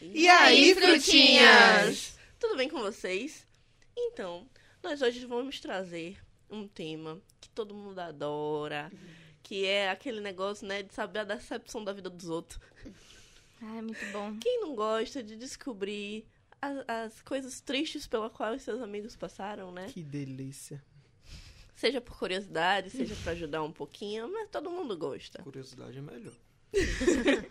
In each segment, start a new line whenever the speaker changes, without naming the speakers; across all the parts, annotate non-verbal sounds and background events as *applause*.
E aí, frutinhas? Tudo bem com vocês? Então, nós hoje vamos trazer um tema que todo mundo adora, que é aquele negócio, né, de saber a decepção da vida dos outros.
Ai, muito bom.
Quem não gosta de descobrir as, as coisas tristes pela qual os seus amigos passaram, né?
Que delícia.
Seja por curiosidade, seja pra ajudar um pouquinho, mas todo mundo gosta.
Curiosidade é melhor.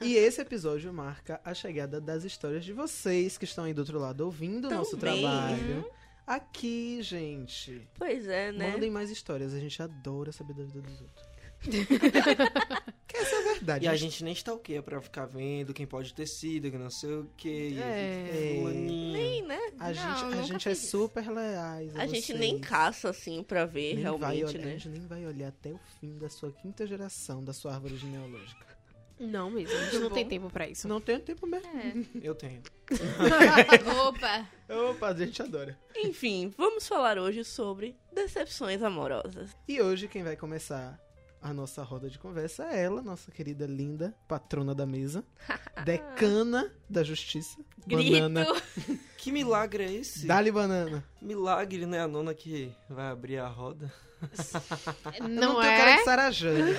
E esse episódio marca a chegada das histórias de vocês que estão aí do outro lado ouvindo o nosso
Também.
trabalho. Aqui, gente.
Pois é, né?
Mandem mais histórias, a gente adora saber da vida
*laughs*
dos outros. que essa é a verdade.
E a gente nem está o quê? É Pra ficar vendo quem pode ter sido, que não sei o quê.
É.
É.
Nem, né?
a
Não,
gente, a
nunca
gente é
fiz isso.
super leais.
A gente
vocês.
nem caça, assim, pra ver,
Nem vai
realmente,
olhar, A
né?
gente nem vai olhar até o fim da sua quinta geração da sua árvore genealógica.
Não mesmo, a gente não tem tempo
*laughs*
pra isso.
Não tem tempo mesmo.
É.
Eu tenho.
Opa!
É.
Opa, a gente adora.
Enfim, vamos falar hoje sobre decepções amorosas.
E hoje quem vai começar a nossa roda de conversa é ela, nossa querida linda patrona da
*laughs*
mesa, decana da justiça, banana.
Grito!
Que milagre é esse?
Dali banana.
Milagre, né? A nona que vai abrir a roda.
Eu tenho
Não
cara
é?
de Sarajane.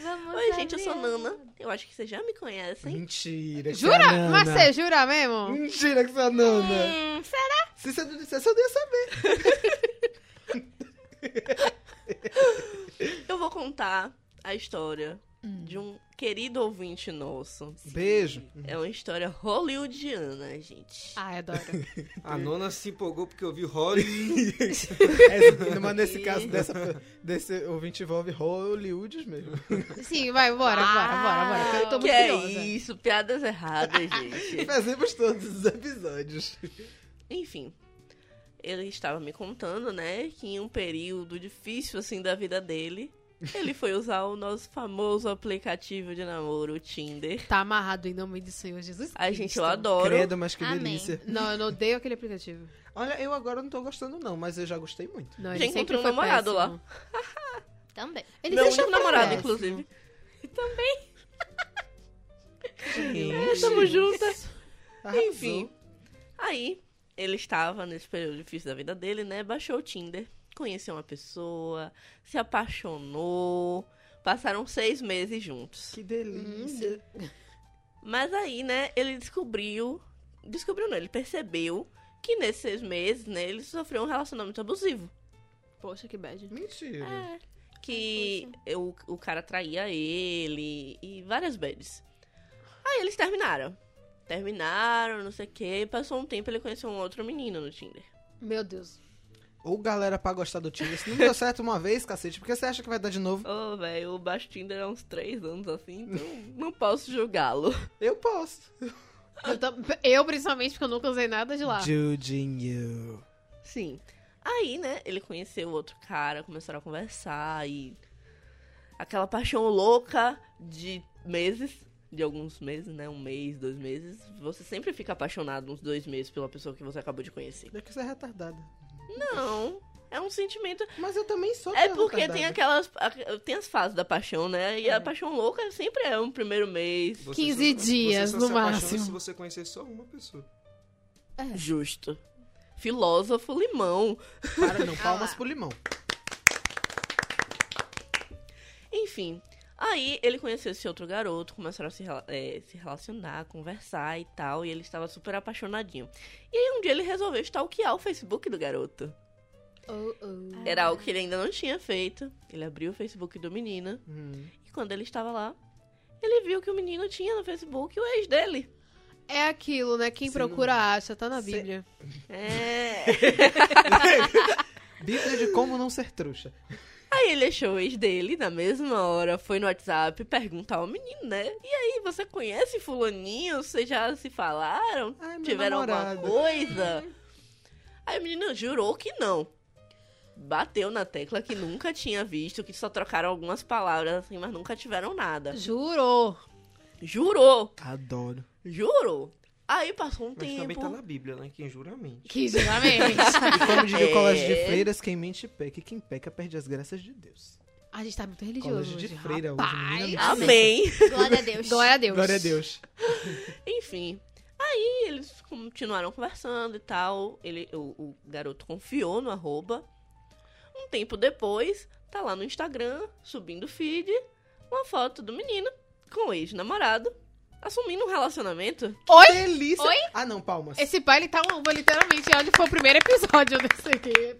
Vamos
Oi, gente, eu
abrir.
sou Nana. Eu acho que vocês já me conhecem.
Mentira. que você é
Jura?
Nana.
Mas você jura mesmo?
Mentira que você é Nana.
Hum,
Se você não dissesse, eu não ia saber. Uhum.
Eu vou contar a história de um querido ouvinte nosso.
Beijo.
É uma história hollywoodiana, gente.
*laughs*
Ai, adoro.
A nona se empolgou porque eu vi *laughs* Holly.
Essa- né? mas nesse caso,
*laughs*
dessa, desse ouvinte envolve Hollywood mesmo.
Sim, vai, bora, bora, bora, bora. porque Eu
Ah,
tô
que
muito
é
curiosa.
isso? Piadas erradas,
E
gente. *laughs*
fazemos todos os episódios.
Enfim, ele estava me contando, né, que em um período difícil, assim, da vida dele, ele foi usar o nosso famoso aplicativo de namoro, o Tinder.
Tá amarrado em nome do Senhor Jesus
A
Cristo.
gente, eu adoro.
Credo, mas que
Amém.
delícia.
Não, eu não odeio aquele aplicativo.
Olha, eu agora não tô gostando não, mas eu já gostei muito.
Não,
Já
ele sempre
encontrei um
foi
namorado lá.
péssimo.
Também.
Ele
Meu
sempre
único
foi
namorado,
péssimo.
inclusive.
Uhum.
Gente.
É, tamo juntas.
Arrasou.
Enfim. Aí, ele estava nesse período difícil da vida dele, né? Baixou o Tinder, conheceu uma pessoa, se apaixonou. Passaram seis meses juntos.
Que delícia.
Mas aí, né, ele descobriu. Descobriu não, ele percebeu que nesses seis meses, né, ele sofreu um relacionamento abusivo.
Poxa, que bad.
Mentira.
É. Que o, o cara traía ele e várias bads. Aí eles terminaram. Terminaram, não sei o quê. Passou um tempo, ele conheceu um outro menino no Tinder.
Meu Deus.
Ou galera pra gostar do Tinder. Se não deu certo uma vez, cacete, porque você acha que vai dar de novo?
Ô, velho, o baixo Tinder há uns três anos assim, então não posso julgá-lo.
Eu posso.
Eu, tô- eu, principalmente, porque eu nunca usei nada de lá.
Judging you.
Sim. Aí, né, ele conheceu outro cara, começaram a conversar e. Aquela paixão louca de meses, de alguns meses, né? Um mês, dois meses. Você sempre fica apaixonado uns dois meses pela pessoa que você acabou de conhecer.
É que você é retardada.
Não. É um sentimento.
Mas eu também sou
É
meio
porque
retardada.
tem aquelas. a- Tem as fases da paixão, né? E a paixão louca sempre é um primeiro mês.
Você
15
só-
dias,
você só
no
se apaixona
máximo.
se você conhecer só uma pessoa.
Justo. Filósofo limão.
Para não, palmas pro limão.
Enfim, aí ele conheceu esse outro garoto, começaram a se, rela- eh, se relacionar, conversar e tal, e ele estava super apaixonadinho. E aí um dia ele resolveu stalkear o Facebook do garoto.
Oh, oh.
Era algo que ele ainda não tinha feito. Ele abriu o Facebook do menino,
Hum.
e quando ele estava lá, ele viu que o menino tinha no Facebook o ex dele.
É aquilo, né? Quem
Sim.
procura acha, tá na
Cê-
Bíblia.
É.
Bíblia de como não ser trouxa.
aí ele achou o ex dele na mesma hora, foi no WhatsApp perguntar ao menino, né? E aí, você conhece fulaninho? Vocês já se falaram?
Ai, meu
tiveram
namorado.
alguma
*laughs*
coisa. Aí a menina jurou que não. Bateu na tecla que nunca tinha visto, que só trocaram algumas palavras assim, mas nunca tiveram nada.
Jurou.
Jurou,
*laughs* Adoro.
jurou. Aí passou um
Mas também
tempo.
tá na Bíblia, né? Quem jura mente.
Que juramente.
E como diria
É.
o colégio de freiras, quem mente peca e quem peca perde as graças de Deus.
*laughs* A gente tá muito religioso.
Colégio de
hoje,
freira hoje,
rapaz.
menina.
Amém.
Glória a Deus.
Ah, *laughs* Glória a Deus.
Glória a Deus.
Enfim. Aí eles continuaram conversando e tal. Ele, o, o garoto confiou no arroba. Um tempo depois, tá lá no Instagram, subindo o feed, uma foto do menino com o ex-namorado, assumindo um relacionamento.
Oi?
Delícia.
Oi?
Ah, não, palmas.
Esse pai, ele tá uma uva, literalmente. Olha, foi o primeiro episódio *laughs* desse aqui.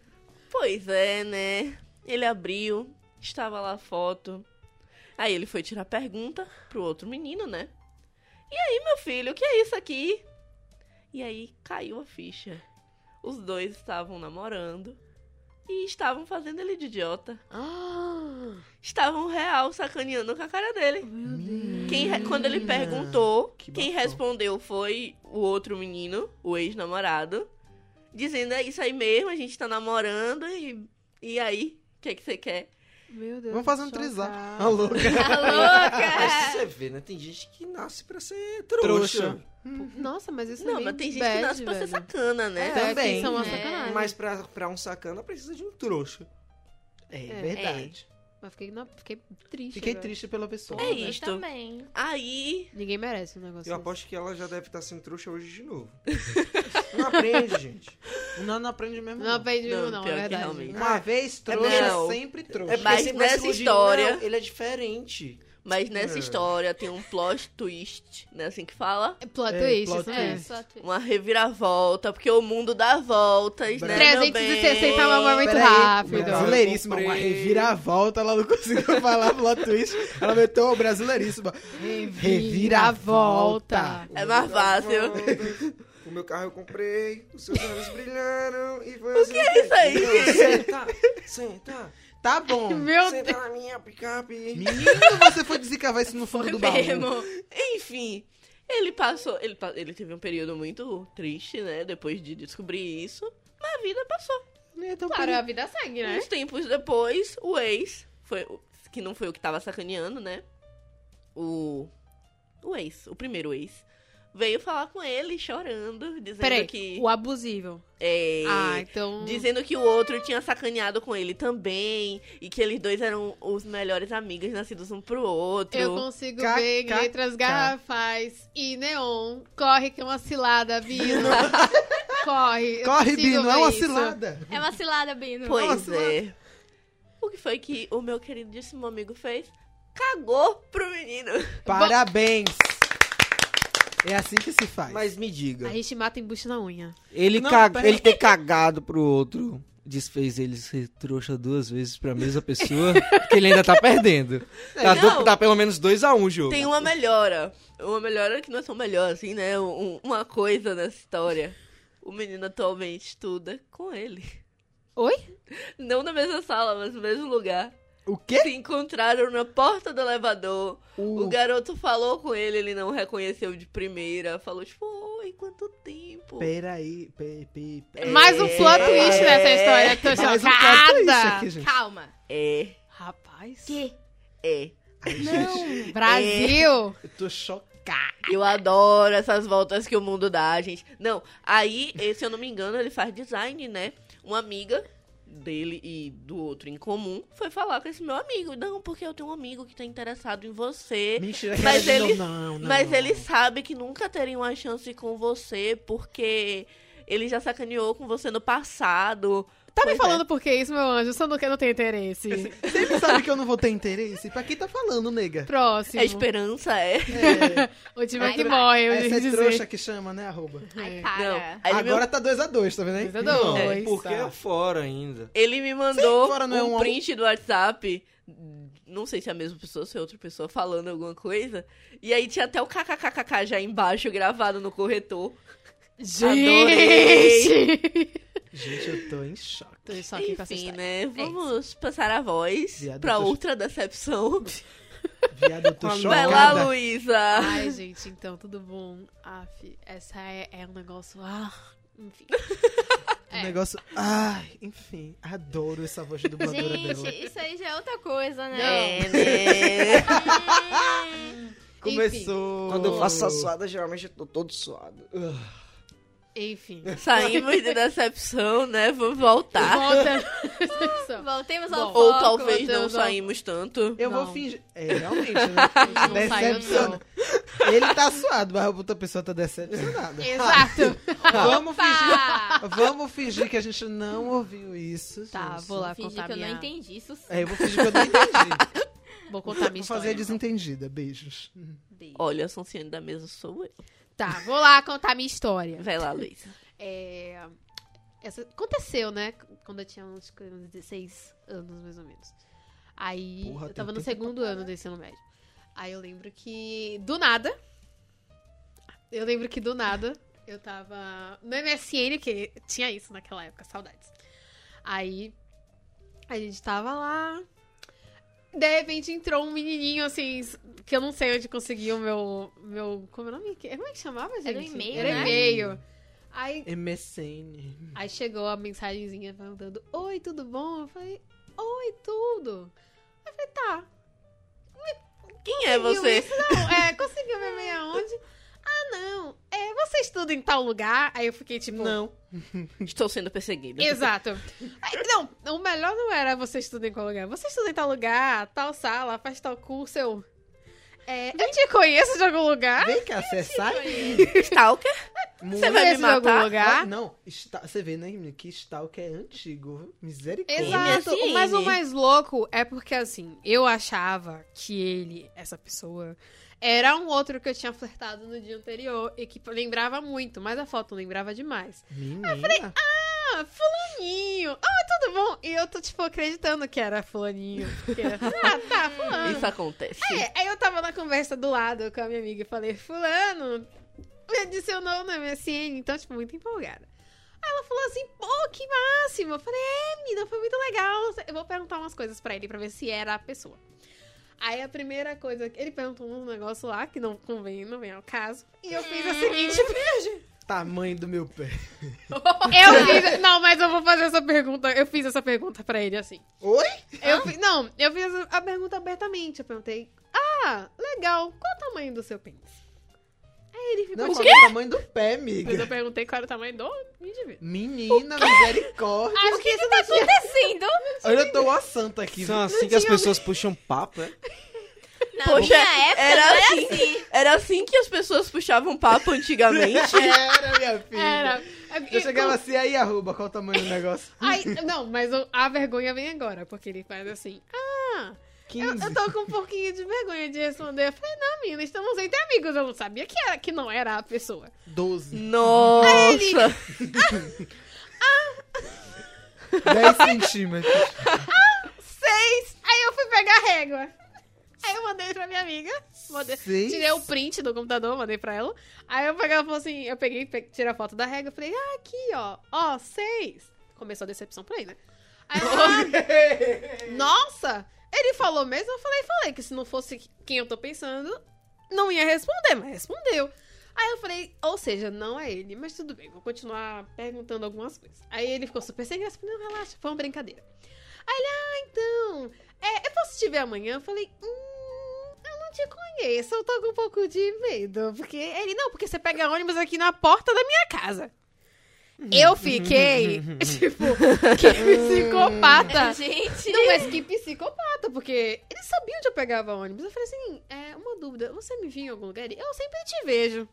Pois é, né? Ele abriu, estava lá a foto. Aí ele foi tirar pergunta pro outro menino, né? E aí, meu filho, o que é isso aqui? E aí caiu a ficha. Os dois estavam namorando e estavam fazendo ele de idiota. Estavam real sacaneando com a cara dele. Quem re- quando ele
Menina,
perguntou,
que
quem
bafão.
respondeu foi o outro menino, o ex-namorado, dizendo é isso aí mesmo, a gente tá namorando e e aí, o que que você quer?
Meu Deus.
Vamos fazer um trisal. Alô, louca.
Tá
*laughs*
louca!
Mas
é
você vê, né? Tem gente que nasce pra ser trouxa.
Trouxa.
Nossa, mas isso é
Uhum. Não,
meio
mas tem gente
bad,
que nasce pra ser
velho.
sacana, né?
É,
Também.
que São uma
É.
sacanagem. Mas,
Mas pra, pra um sacana precisa de um trouxa.
É,
É.
verdade.
fiquei, na- fiquei triste.
Fiquei
agora.
triste pela pessoa.
É
né?
isso.
Eu também.
Aí,
Ninguém merece um negócio
Eu aposto que ela já deve estar sendo trouxa hoje de novo. Não aprende, gente.
Não, não aprende mesmo.
desse. Não
Não,
aprendi
Não,
um, não,
pior
é
que
verdade.
realmente.
Ah,
Uma vez trouxa,
não.
sempre trouxa.
É porque
Mas
sempre vai se
nessa
iludir,
história-
"Não, ele é diferente.
mas nessa
É.
história tem um plot twist, né? Assim que fala.
É Plot
É,
twist,
plot
né?
É,
twist.
só tu.
Uma reviravolta, porque o mundo dá voltas, né? meu bem?
360 é uma mão muito
Peraí,
rápido.
Brasileiríssima,
Eu
uma
comprei.
reviravolta, ela não conseguiu *laughs* falar plot twist. Ela meteu o brasileiríssima. Reviravolta.
É mais fácil.
O meu carro eu comprei, os seus olhos brilharam e foi assim. O que é
isso aí,
Senta, senta,
Tá
*laughs*
bom.
Meu
senta
Deus.
na minha picape.
Menino, você foi desencavar isso no
*laughs*
fundo do baú.
Enfim, ele passou. Ele, pa- ele teve um período muito triste, né? Depois de descobrir isso. Mas a vida passou.
Não é tão
Claro, a vida segue, né?
Uns tempos depois, o ex, foi, o- que não foi o que tava sacaneando, né? O. O ex, o primeiro ex. Veio falar com ele chorando, dizendo
Peraí,
que.
o abusivo.
É,
Ah, então...
Dizendo que o outro tinha sacaneado com ele também. E que eles dois eram os melhores amigos nascidos um pro outro.
Eu consigo
K-
ver em
K-
letras
K.
garrafais e neon. Corre que é uma cilada,
*laughs*
Bino. Corre. eu
Corre,
consigo
Bino, é
ver
uma
isso.
cilada.
É uma cilada, Bino.
Pois
Nossa,
é. O que foi que o meu queridíssimo amigo fez? Cagou pro menino.
Parabéns. É assim que se faz.
Mas me diga,
A gente mata embuste na unha.
ele,
Não,
ca-
pera-
ele ter cagado pro outro desfez ele ser trouxa duas vezes pra mesma
*laughs*
pessoa, porque ele ainda tá perdendo. Tá,
Não.
do- tá pelo menos 2x1 um, o jogo.
Tem uma melhora. Uma melhora que não é tão melhor assim, né? Um- uma coisa nessa história. O menino atualmente estuda com ele.
Oi?
Não na mesma sala, mas no mesmo lugar.
O quê?
Se encontraram na porta do elevador.
Uh.
O garoto falou com ele, ele não reconheceu de primeira. Falou, tipo, oi, quanto tempo.
Peraí, pe- pe- pe-
Mais um plot
É.
twist nessa história. Tô
Mais um plot twist
chocada.
aqui, gente.
Calma.
É,
Rapaz.
é.
Não. Brasil.
Eu tô chocado.
Eu adoro essas voltas que o mundo dá, gente. Não, aí, eh, se eu não me engano, ele faz design, né? Uma amiga dele e do outro em comum foi falar com esse meu amigo. Não, porque eu tenho um amigo que tá interessado em você.
Mentira, que
Mas
era de
ele-
novo. não, não,
Mas
não.
ele sabe que nunca teria uma chance com você, porque ele já sacaneou com você no passado.
Tá
Pois
me
é.
falando por que isso, meu anjo? Só não que não
*laughs*
tem interesse.
É Sempre sabe que eu não vou ter interesse? Pra quem tá falando, nega?
Próximo.
A esperança é.
É,
Última
Ai,
que
vai.
morre, eu
essa
ia
é
dizer.
trouxa que chama, né, arroba?
Ai,
É.
Não.
para.
Aí ele me-
Agora tá 2x2, tá vendo aí?
Dois a dois.
Não,
Pois
porque
tá.
é fora ainda.
Ele me mandou
Sim, fora não é
um,
um a um.
print do WhatsApp. Não sei se é a mesma pessoa, se é outra pessoa falando alguma coisa. E aí tinha até o kkkk já embaixo gravado no corretor. Adorei.
Gente!
Gente, eu tô em choque.
Tô em choque com essa
Enfim,
história.
né?
É
Vamos passar a voz
Viado,
pra
eu tô-
outra decepção.
Viado, eu tô
Vai
Vai lá,
chocada.
Luísa!
Ai, gente, então, tudo bom? Aff, essa é, é um negócio... Ah, enfim.
O
É.
negócio... Ai, enfim. Adoro essa voz de dubladora
Gente,
dela.
isso aí já é outra coisa, né?
Não.
É, né?
Enfim.
Começou...
Quando eu faço a suada, geralmente eu tô todo suado.
Enfim.
*laughs* Saímos de decepção, né? Vamos
Tá.
voltar.
*laughs*
Volta.
Voltemos ao
Bom,
foco.
Ou talvez
voltando
não
ao-
saímos tanto.
Eu vou
Não.
fingir. É, realmente, né?
*laughs* Não saiu,
Decepciona.
não.
Ele tá suado, mas a outra pessoa tá decepcionada.
Exato.
Vamos fingir.
Pá!
Vamos fingir que a gente não ouviu isso.
Tá,
gente.
vou lá
Fingir
contar
que eu
minha...
não entendi isso.
É, eu vou fingir que eu não entendi.
Vou contar minha
Vou fazer a
história. então.
desentendida. Beijos.
Beijo.
Olha, a Sonsiane da mesa sou eu.
Tá, vou lá contar minha história.
Vai lá, Luísa.
É, essa- aconteceu, né? Quando eu tinha uns 16 anos, mais ou menos. Aí
Porra,
eu
tem
tava no
tempo
segundo ano do ensino médio. Aí eu lembro que, do nada, eu lembro que do nada, eu tava no MSN, que tinha isso naquela época, saudades. Aí a gente tava lá. De repente entrou um menininho assim, que eu não sei onde conseguiu o meu. meu como é o nome? Como é que chamava, gente?
Era um e-mail,
Era
né?
Hum.
e-mail. Aí
MSN.
Aí chegou a mensagenzinha perguntando: Oi, tudo bom? Eu falei: Oi, tudo. Aí eu falei: Tá.
Quem é
conseguiu
você?
Isso? Não, é, conseguiu meu e-mail aonde? Ah, não. É, você estuda em tal lugar? Aí eu fiquei tipo:
Não.
Estou sendo perseguida.
Exato. Aí, não, o melhor não era você estuda em qual lugar. Você estuda em tal lugar, tal sala, faz tal curso. Eu. É, eu te conheço de algum lugar.
Vem cá, você é sai.
Stalker?
Muito
Você vai me
Conheço de algum
matar?
é lugar.
Ah, não, está- você vê, né, menina, que Stalker é antigo. viu? Misericórdia.
Exato.
MSN.
Mas o mais louco é porque, assim, eu achava que ele, essa pessoa, era um outro que eu tinha flertado no dia anterior e que lembrava muito, mas a foto lembrava demais.
Menina.
Ah, fulaninho! Ah, tudo bom? E eu tô, tipo, acreditando que era fulaninho. Porque, *laughs* ah, tá, fulano.
Isso acontece.
É, aí eu tava na conversa do lado com a minha amiga e falei, fulano, me adicionou no MSN, então, tipo, muito empolgada. Aí ela falou assim, pô, que máximo! Eu falei, é, mina, foi muito legal. Eu vou perguntar umas coisas pra ele pra ver se era a pessoa. Aí a primeira coisa, ele perguntou um negócio lá que não convém, não vem ao caso. E eu fiz a seguinte
Tamanho do meu pé.
Eu fiz. Não, mas eu vou fazer essa pergunta. Eu fiz essa pergunta pra ele assim.
Oi?
Eu fi- não, eu fiz a pergunta abertamente. Eu perguntei: Ah, legal, qual o tamanho do seu pênis? Aí ele ficou
Não,
tipo.
fala o tamanho do pé,
Mas
*laughs*
eu
amiga.
perguntei qual era o tamanho do indivíduo.
Menina, misericórdia.
Acho que isso tá
Acontecendo?
Olha, eu tô a santa aqui.
São assim que as pessoas puxam papo, é?
Na
Poxa,
minha época
era
não
assim. É. Era assim que as pessoas puxavam papo *laughs* antigamente.
Era, minha filha.
Era. É
Eu chegava assim, aí arroba, qual o tamanho do negócio?
Aí, não, mas eu- a vergonha vem agora, porque ele faz assim. Ah, eu,
15.
eu tô com um pouquinho de vergonha de responder. Eu falei, não, mina, estamos entre amigos. Eu não sabia que, era, que não era a pessoa.
*laughs* 12.
Nossa!
10 centímetros.
Seis! Aí eu fui pegar a régua. Aí eu mandei pra minha amiga. Mandei,
Seis?
tirei o print do computador, mandei pra ela. Aí eu pegava e falou assim: eu peguei, pe- tirei a foto da régua, falei, ah, aqui, ó, ó, seis. Começou a decepção pra ele, né? Aí eu nossa! Ele falou mesmo, eu falei, falei que se não fosse quem eu tô pensando, não ia responder, mas respondeu. Aí eu falei, ou seja, não é ele, mas tudo bem, vou continuar perguntando algumas coisas. Aí ele ficou super sem graça, falei, não, relaxa, foi uma brincadeira. Aí ele, ah, então, é, eu posso te ver amanhã? Eu falei, hum, eu não te conheço, eu tô com um pouco de medo. Porque ele, não, porque você pega ônibus aqui na porta da minha casa. Eu fiquei, *laughs* tipo, que psicopata.
Gente,
Não, mas que psicopata, porque ele sabia onde eu pegava ônibus. Eu falei assim, é, uma dúvida, você me viu em algum lugar? Ele, Eu sempre te vejo.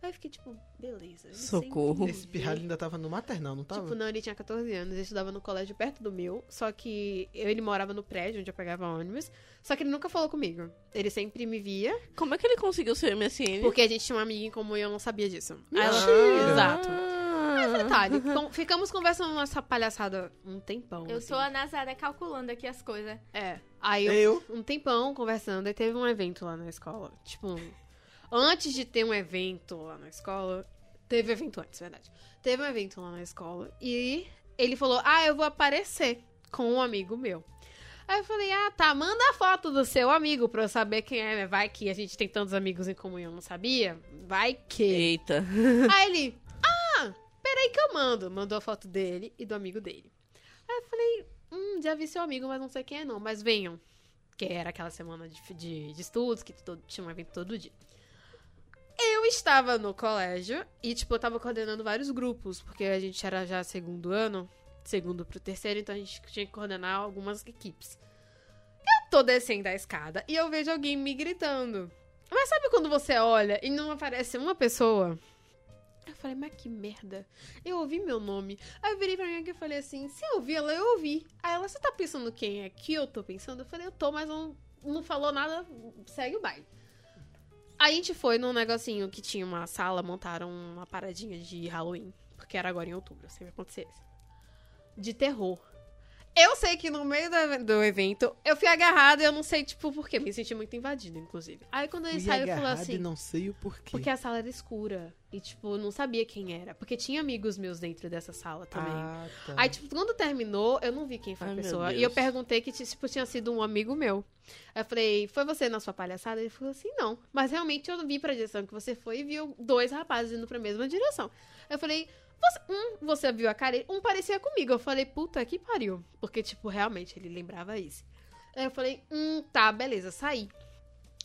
Aí eu fiquei tipo, beleza. ele sempre
Socorro.
me
Esse pirralho
vê.
ainda tava no maternal, não tava?
Tipo, não, ele tinha 14 anos, ele estudava no colégio perto do meu, só que eu- ele morava no prédio onde eu pegava ônibus, só que ele nunca falou comigo. Ele sempre me via,
Como é que ele conseguiu seu MSN?
porque a gente tinha uma amiga em comum e eu não sabia disso. Aí ela-
Mentira!
Exato.
Ah.
Detalhe, com- ficamos conversando essa palhaçada um tempão.
eu
assim.
sou a Nazaré calculando aqui as coisas.
É. Aí eu
Eu?
um tempão conversando, aí teve um evento lá na escola. Tipo, antes de ter um evento lá na escola, teve evento antes, verdade. Teve um evento lá na escola e ele falou: "Ah, eu vou aparecer com um amigo meu". Aí eu falei: "Ah, tá, manda a foto do seu amigo pra eu saber quem é, né? Vai que a gente tem tantos amigos em comum, e eu não sabia. Vai que".
Eita.
Aí ele, ah, peraí que eu mando. Mandou a foto dele e do amigo dele. Aí eu falei, hum, já vi seu amigo, mas não sei quem é não, mas venham. Que era aquela semana de, de, de estudos, que todo- tinha um evento todo dia. Eu estava no colégio e, tipo, eu tava coordenando vários grupos, porque a gente era já segundo ano, segundo pro terceiro, então a gente tinha que coordenar algumas equipes. Eu tô descendo a escada e eu vejo alguém me gritando. Mas sabe quando você olha e não aparece uma pessoa? Eu falei, mas que merda. Eu ouvi meu nome. Aí eu virei pra minha amiga e falei assim, se eu ouvi ela, eu ouvi. Aí ela, você tá pensando quem é que eu tô pensando? Eu falei, eu tô, mas não, não falou nada, segue o baile. A gente foi num negocinho que tinha uma sala, montaram uma paradinha de Halloween. Porque era agora em outubro, sempre acontecia isso. De terror. Eu sei que no meio da- do, evento eu fui agarrada e eu não sei, tipo, por quê. Me senti muito invadida, inclusive. Aí quando ele
Fui
saiu, eu falei
agarrado
assim.
e não sei o porquê.
Porque a sala era escura. E, tipo, eu não sabia quem era. Porque tinha amigos meus dentro dessa sala também.
Ah, tá.
Aí, tipo, quando terminou, eu não vi quem foi
Ai,
a
meu
pessoa. E
Deus.
eu perguntei que, tipo, tinha sido um amigo meu. Aí eu falei, foi você na sua palhaçada? Ele falou assim, não. Mas realmente eu vi pra direção que você foi e viu dois rapazes indo pra mesma direção. Aí eu falei, você- um, você viu a cara, e um parecia comigo. Eu falei, puta que pariu. Porque, tipo, realmente ele lembrava isso. Aí eu falei, hum, tá, beleza, saí.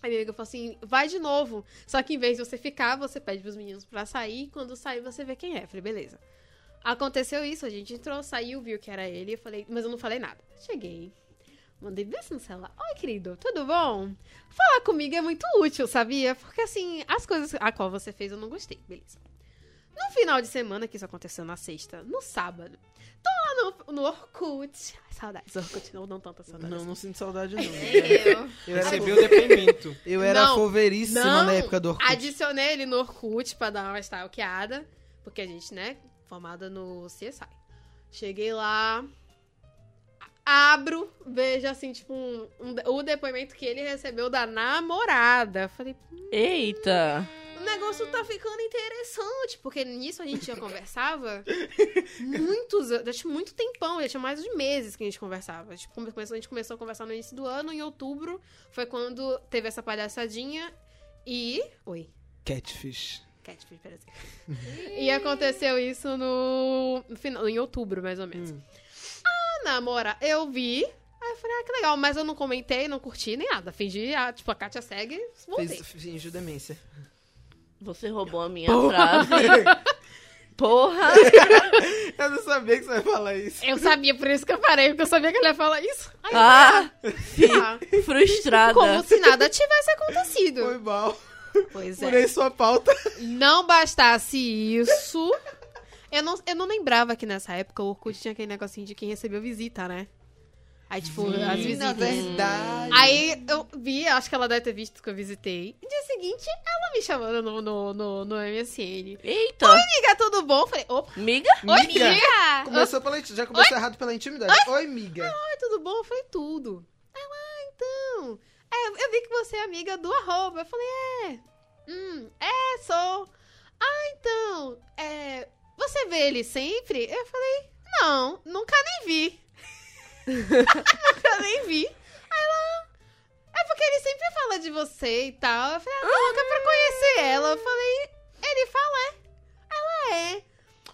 Aí minha amiga falou assim, vai de novo. Só que em vez de você ficar, você pede pros meninos pra sair. E quando sair, você vê quem é. Eu falei, beleza. Aconteceu isso, a gente entrou, saiu, viu que era ele, eu falei, mas eu não falei nada. Cheguei. Mandei beijo no celular. Oi, querido, tudo bom? Falar comigo é muito útil, sabia? Porque assim, as coisas a qual você fez eu não gostei, beleza. No final de semana, que isso aconteceu na sexta, no sábado, tô lá no, no Orkut. Ai, saudades, Orkut, não, não tanta saudades.
Não, não sinto saudade, não.
É.
Eu.
Eu era,
Recebeu o depoimento.
eu era
né? Não.
foveríssima
Não,
na época do Orkut.
Adicionei ele no Orkut pra dar uma stalkeada. Porque a gente, né, formada no CSI. Cheguei lá, a- abro, vejo assim, tipo, um- um de- o depoimento que ele recebeu da namorada. Falei,
Eita!
o negócio tá ficando interessante, porque nisso a gente já conversava muitos anos, acho que muito tempão, já tinha mais de meses que a gente conversava. A gente come- começou- a gente começou a conversar no início do ano, em outubro, foi quando teve essa palhaçadinha e... Oi.
Catfish.
Catfish, peraí. e aconteceu isso no, no final, em outubro, mais ou menos.
Hum.
Ah, namora, eu vi. Aí eu falei, ah, que legal, mas eu não comentei, não curti nem nada. Fingi, ah, tipo, a Kátia segue, voltei.
Fez, fingiu demência.
Você roubou a minha frase. *laughs* Porra!
Eu não sabia que você ia falar isso.
Eu sabia, por isso que eu parei, porque eu sabia que ela ia falar isso. Aí,
Ah!
tá.
Frustrada!
Como se nada tivesse acontecido.
Foi mal.
Pois é.
Furei sua pauta.
Não bastasse isso. Eu não, eu não lembrava que nessa época o Orkut tinha aquele negocinho de quem recebeu visita, né? Aí, tipo, as
Na
visitas.
verdade.
Aí eu vi, acho que ela deve ter visto que eu visitei. No dia seguinte, ela me chamando no, no, no, no MSN.
Eita!
Amiga, tudo bom? Falei, opa,
Miga?
oi,
Miga.
amiga!
Começou pela, já começou errado pela intimidade. Oi, miga.
Oi, tudo bom? Foi tudo. Ela, ah, então. É, eu vi que você é amiga do arroba. Eu falei, é. Hum, é, sou. Ah, então. É. Você vê ele sempre? Eu falei, não, nunca nem vi. *laughs* nunca nem vi. Aí ela. É porque ele sempre fala de você e tal. Eu falei, ah, tô louca pra conhecer ela. Eu falei, ele fala, é. Ela é.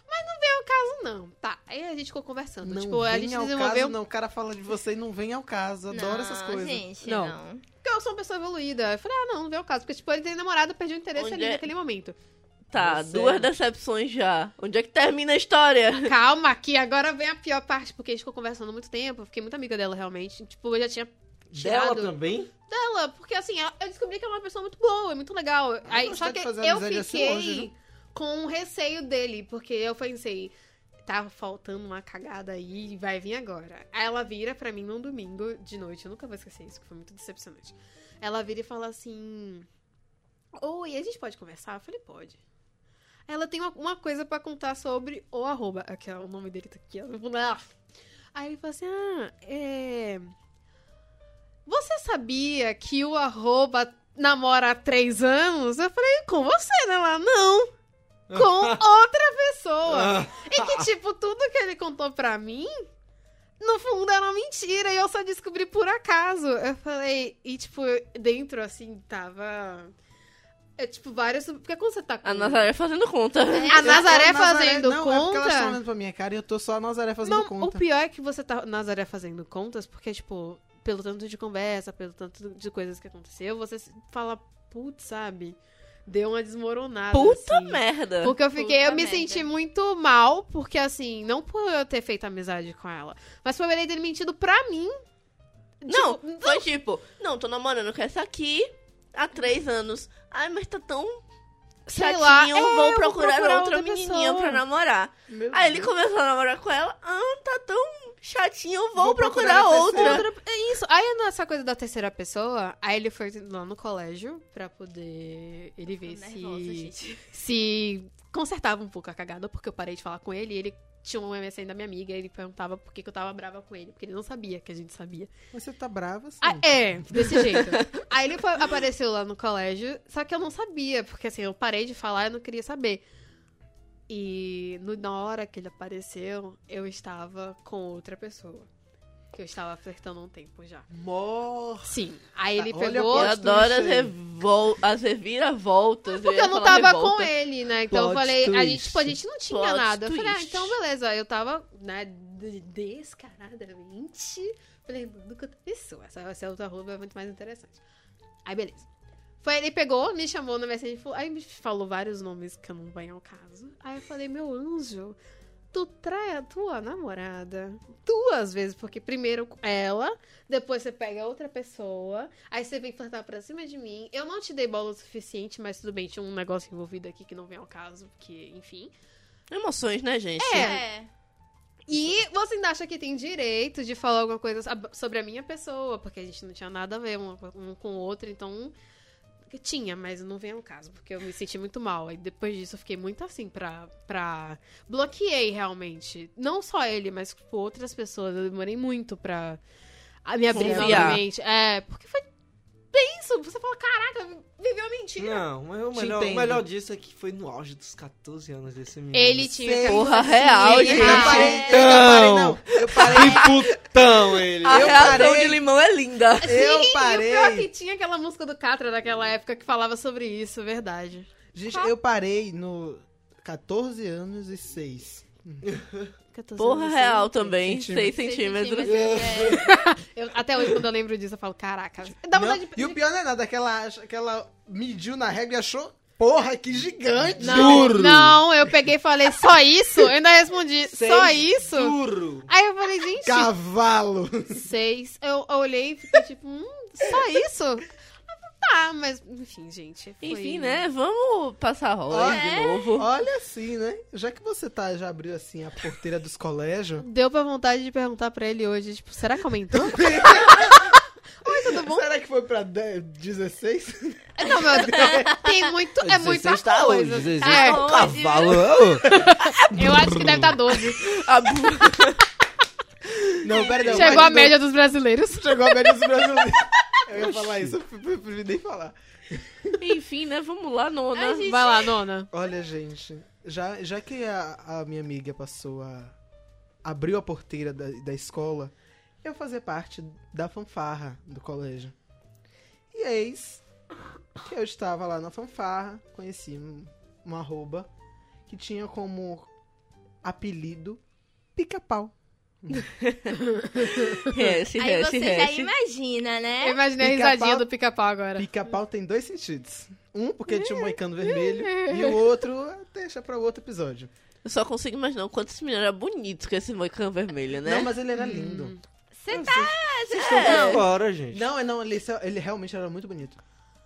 Mas não veio ao caso, não. Tá. Aí a gente ficou conversando.
Não
tipo,
vem
a gente
ao
desenvolveu
caso, não. O cara fala de você e não vem ao caso. Adoro essas coisas.
Gente,
Não.
não.
Porque eu sou uma pessoa evoluída. Eu falei, ah, não, não vê o caso. Porque, tipo, ele tem namorado, eu perdi o interesse
Onde
ali
é?
naquele momento.
Tá,
Você-
duas decepções já. Onde é que termina a história?
Calma, que agora vem a pior parte, porque a gente ficou conversando muito tempo. Eu fiquei muito amiga dela, realmente. Tipo, eu já tinha
*laughs* Dela
tirado
também?
dela, porque, assim, ela- eu descobri que ela é uma pessoa muito boa, é muito legal. Aí,
gostei
só
de
que
fazer
eu
amizade
fiquei
assim longe, viu?
com o receio dele, porque eu pensei, tá faltando uma cagada aí e vai vir agora. Aí ela vira pra mim num domingo de noite, eu nunca vou esquecer isso, que foi muito decepcionante. Ela vira e fala assim: Oi, a gente pode conversar? Eu falei, pode. Ela tem uma, uma coisa pra contar sobre o arroba. Aqui, ó, o nome dele tá aqui, ó. Não vou lá. Aí ele falou assim: Ah, é. Você sabia que o arroba namora há três anos? Eu falei, com você, né? Ela, não. Com outra pessoa. E que, tipo, tudo que ele contou pra mim, no fundo era uma mentira. E eu só descobri por acaso. Eu falei, e, tipo, dentro, assim, tava. É, tipo, várias. Porque quando você tá com.
A Nazaré fazendo conta.
A Nazaré
Eu tô a
fazendo
não, É porque
conta.
elas estão olhando pra minha cara e eu tô só a Nazaré fazendo
Não, o
conta.
pior é que você tá Nazaré fazendo contas, porque, tipo, pelo tanto de conversa, pelo tanto de coisas que aconteceu, você se- fala, putz, sabe? deu uma desmoronada.
Puta
assim.
merda.
Porque eu fiquei,
Puta
eu me
merda.
senti muito mal, porque assim, não por eu ter feito amizade com ela, mas por ele ter mentido pra mim.
Não,
Tipo,
foi tipo, não, tô namorando com essa aqui há três anos. Ai, mas tá tão
Sei
chatinho,
lá, é, eu
vou procurar, outra, menininha
pessoa.
pra namorar.
Meu
Ah,
Aí ele
Deus.
começou a namorar com ela, ah, tá tão chatinho, vou,
Vou
procurar,
procurar
outra.
outra.
Outra- é Isso. Aí nessa coisa da terceira pessoa, aí ele foi lá no colégio pra poder ele ver se
*laughs*
se consertava um pouco a cagada porque eu parei de falar com ele, e ele tinha um MSN da minha amiga, e ele perguntava por que, que eu tava brava com ele, porque ele não sabia que a gente sabia.
Mas Você tá brava, assim.
Ah, é, desse jeito. *laughs* Aí ele foi- apareceu lá no colégio, só que eu não sabia, porque assim, eu parei de falar e não queria saber. E no- na hora que ele apareceu, eu estava com outra pessoa. Que eu estava flertando há um tempo já.
Mor...
Sim. Aí ele
Ah, olha
pegou.
Eu
Gosto
adoro
disso
as,
aí.
revol... as reviravoltas.
É Porque
ia
eu não
falar
tava
revolta.
com ele, né? Então eu
Plot
falei, a gente,
twist.
tipo, a gente não tinha
Plot
nada. Eu falei, ah,
twist.
então beleza. Eu tava, né, de- descaradamente. Falei, mano, que outra pessoa. Essa, essa outra roupa é muito mais interessante. Aí, beleza. Foi, ele pegou, me chamou no mensagem, falou, aí me falou vários nomes que eu não venho ao caso. Aí eu falei, meu anjo, tu trai a tua namorada duas vezes, porque primeiro ela, depois você pega outra pessoa, aí você vem flertar pra cima de mim. Eu não te dei bola o suficiente, mas tudo bem, tinha um negócio envolvido aqui que não vem ao caso, porque, enfim.
Emoções, né, gente?
É.
E você ainda acha que tem direito de falar alguma coisa sab- sobre a minha pessoa, porque a gente não tinha nada a ver um, um com o outro, então. que Tinha, mas não vem ao caso, porque eu me senti muito mal. E depois disso eu fiquei muito assim pra. pra... Bloqueei realmente. Não só ele, mas tipo, outras pessoas. Eu demorei muito pra a me abrir
Confiar.
novamente. É, porque foi tenso. Você fala, caraca, viveu a mentira.
Não, mas o
Te
melhor, o
entendo.
melhor disso é que foi no auge dos 14 anos desse
Hum,
menino.
Ele tinha.
Sei.
Porra
Sim,
real,
ele
gente.
Eu parei,
então.
eu não parei, não. Eu
*laughs*
parei,
Que putão ele!
Ah,
A
Ah,
Eu
reação
parei.
de limão é linda.
eu
E o pior é que
parei.
tinha aquela música do Catra daquela época que falava sobre isso, verdade.
Gente, eu parei no 14 anos e 6.
Porra é, real também,
centímetros.
6 centímetros.
Eu- até hoje, quando eu lembro disso, eu falo, caraca. Dá
Não,
vontade de...
E o pior não é nada, aquela, aquela mediu na régua e achou, porra, que gigante.
não,
Duro.
não, eu peguei e falei, só isso? Eu ainda respondi,
Seis
só isso?
Duro!
Aí eu falei, gente,
Cavalo.
seis. Eu, eu olhei e fiquei tipo, hum, só isso? Tá, mas enfim, gente. foi-
Enfim, né? Vamos passar rola
É.
de novo.
Olha assim, né? Já que você tá, já abriu assim a porteira dos colégios.
Deu pra vontade de perguntar pra ele hoje, tipo, será que aumentou? *laughs* Oi, tudo bom?
Será que foi pra 10, 16?
Não, meu Deus. Tem muito. É
16
muita
tá hoje,
coisa.
16
É, Tá,
é um cavalo. ô.
eu acho que deve tá estar 12.
A bu-
Não, pera aí, não.
Chegou
Mas não-
a média dos brasileiros.
Chegou a média dos brasileiros. Eu ia falar isso, eu preferi nem falar.
Enfim, né? Vamos lá, nona.
Ai,
*laughs*
gente.
Vai lá, nona.
Olha, gente, já, já que a, a minha amiga passou a. abriu a porteira da, da escola, eu fazia parte da fanfarra do colégio. E eis que eu estava lá na fanfarra, conheci um- uma arroba que tinha como apelido pica-pau.
Hash,
Aí
hash,
você já
hash.
imagina,
Eu
né?
imaginei a
Pica-pau.
risadinha do pica-pau agora.
Pica-pau tem dois sentidos. Um, porque tinha um moicano vermelho, e o outro deixa pra outro episódio.
Eu só consigo imaginar o quanto esse menino era bonito com esse moicano vermelho, né?
Não, mas ele era lindo.
Você
Uhum.
tá.
Vocês estão
tá.
por fora, gente.
Não, é não, ele, ele realmente era muito bonito.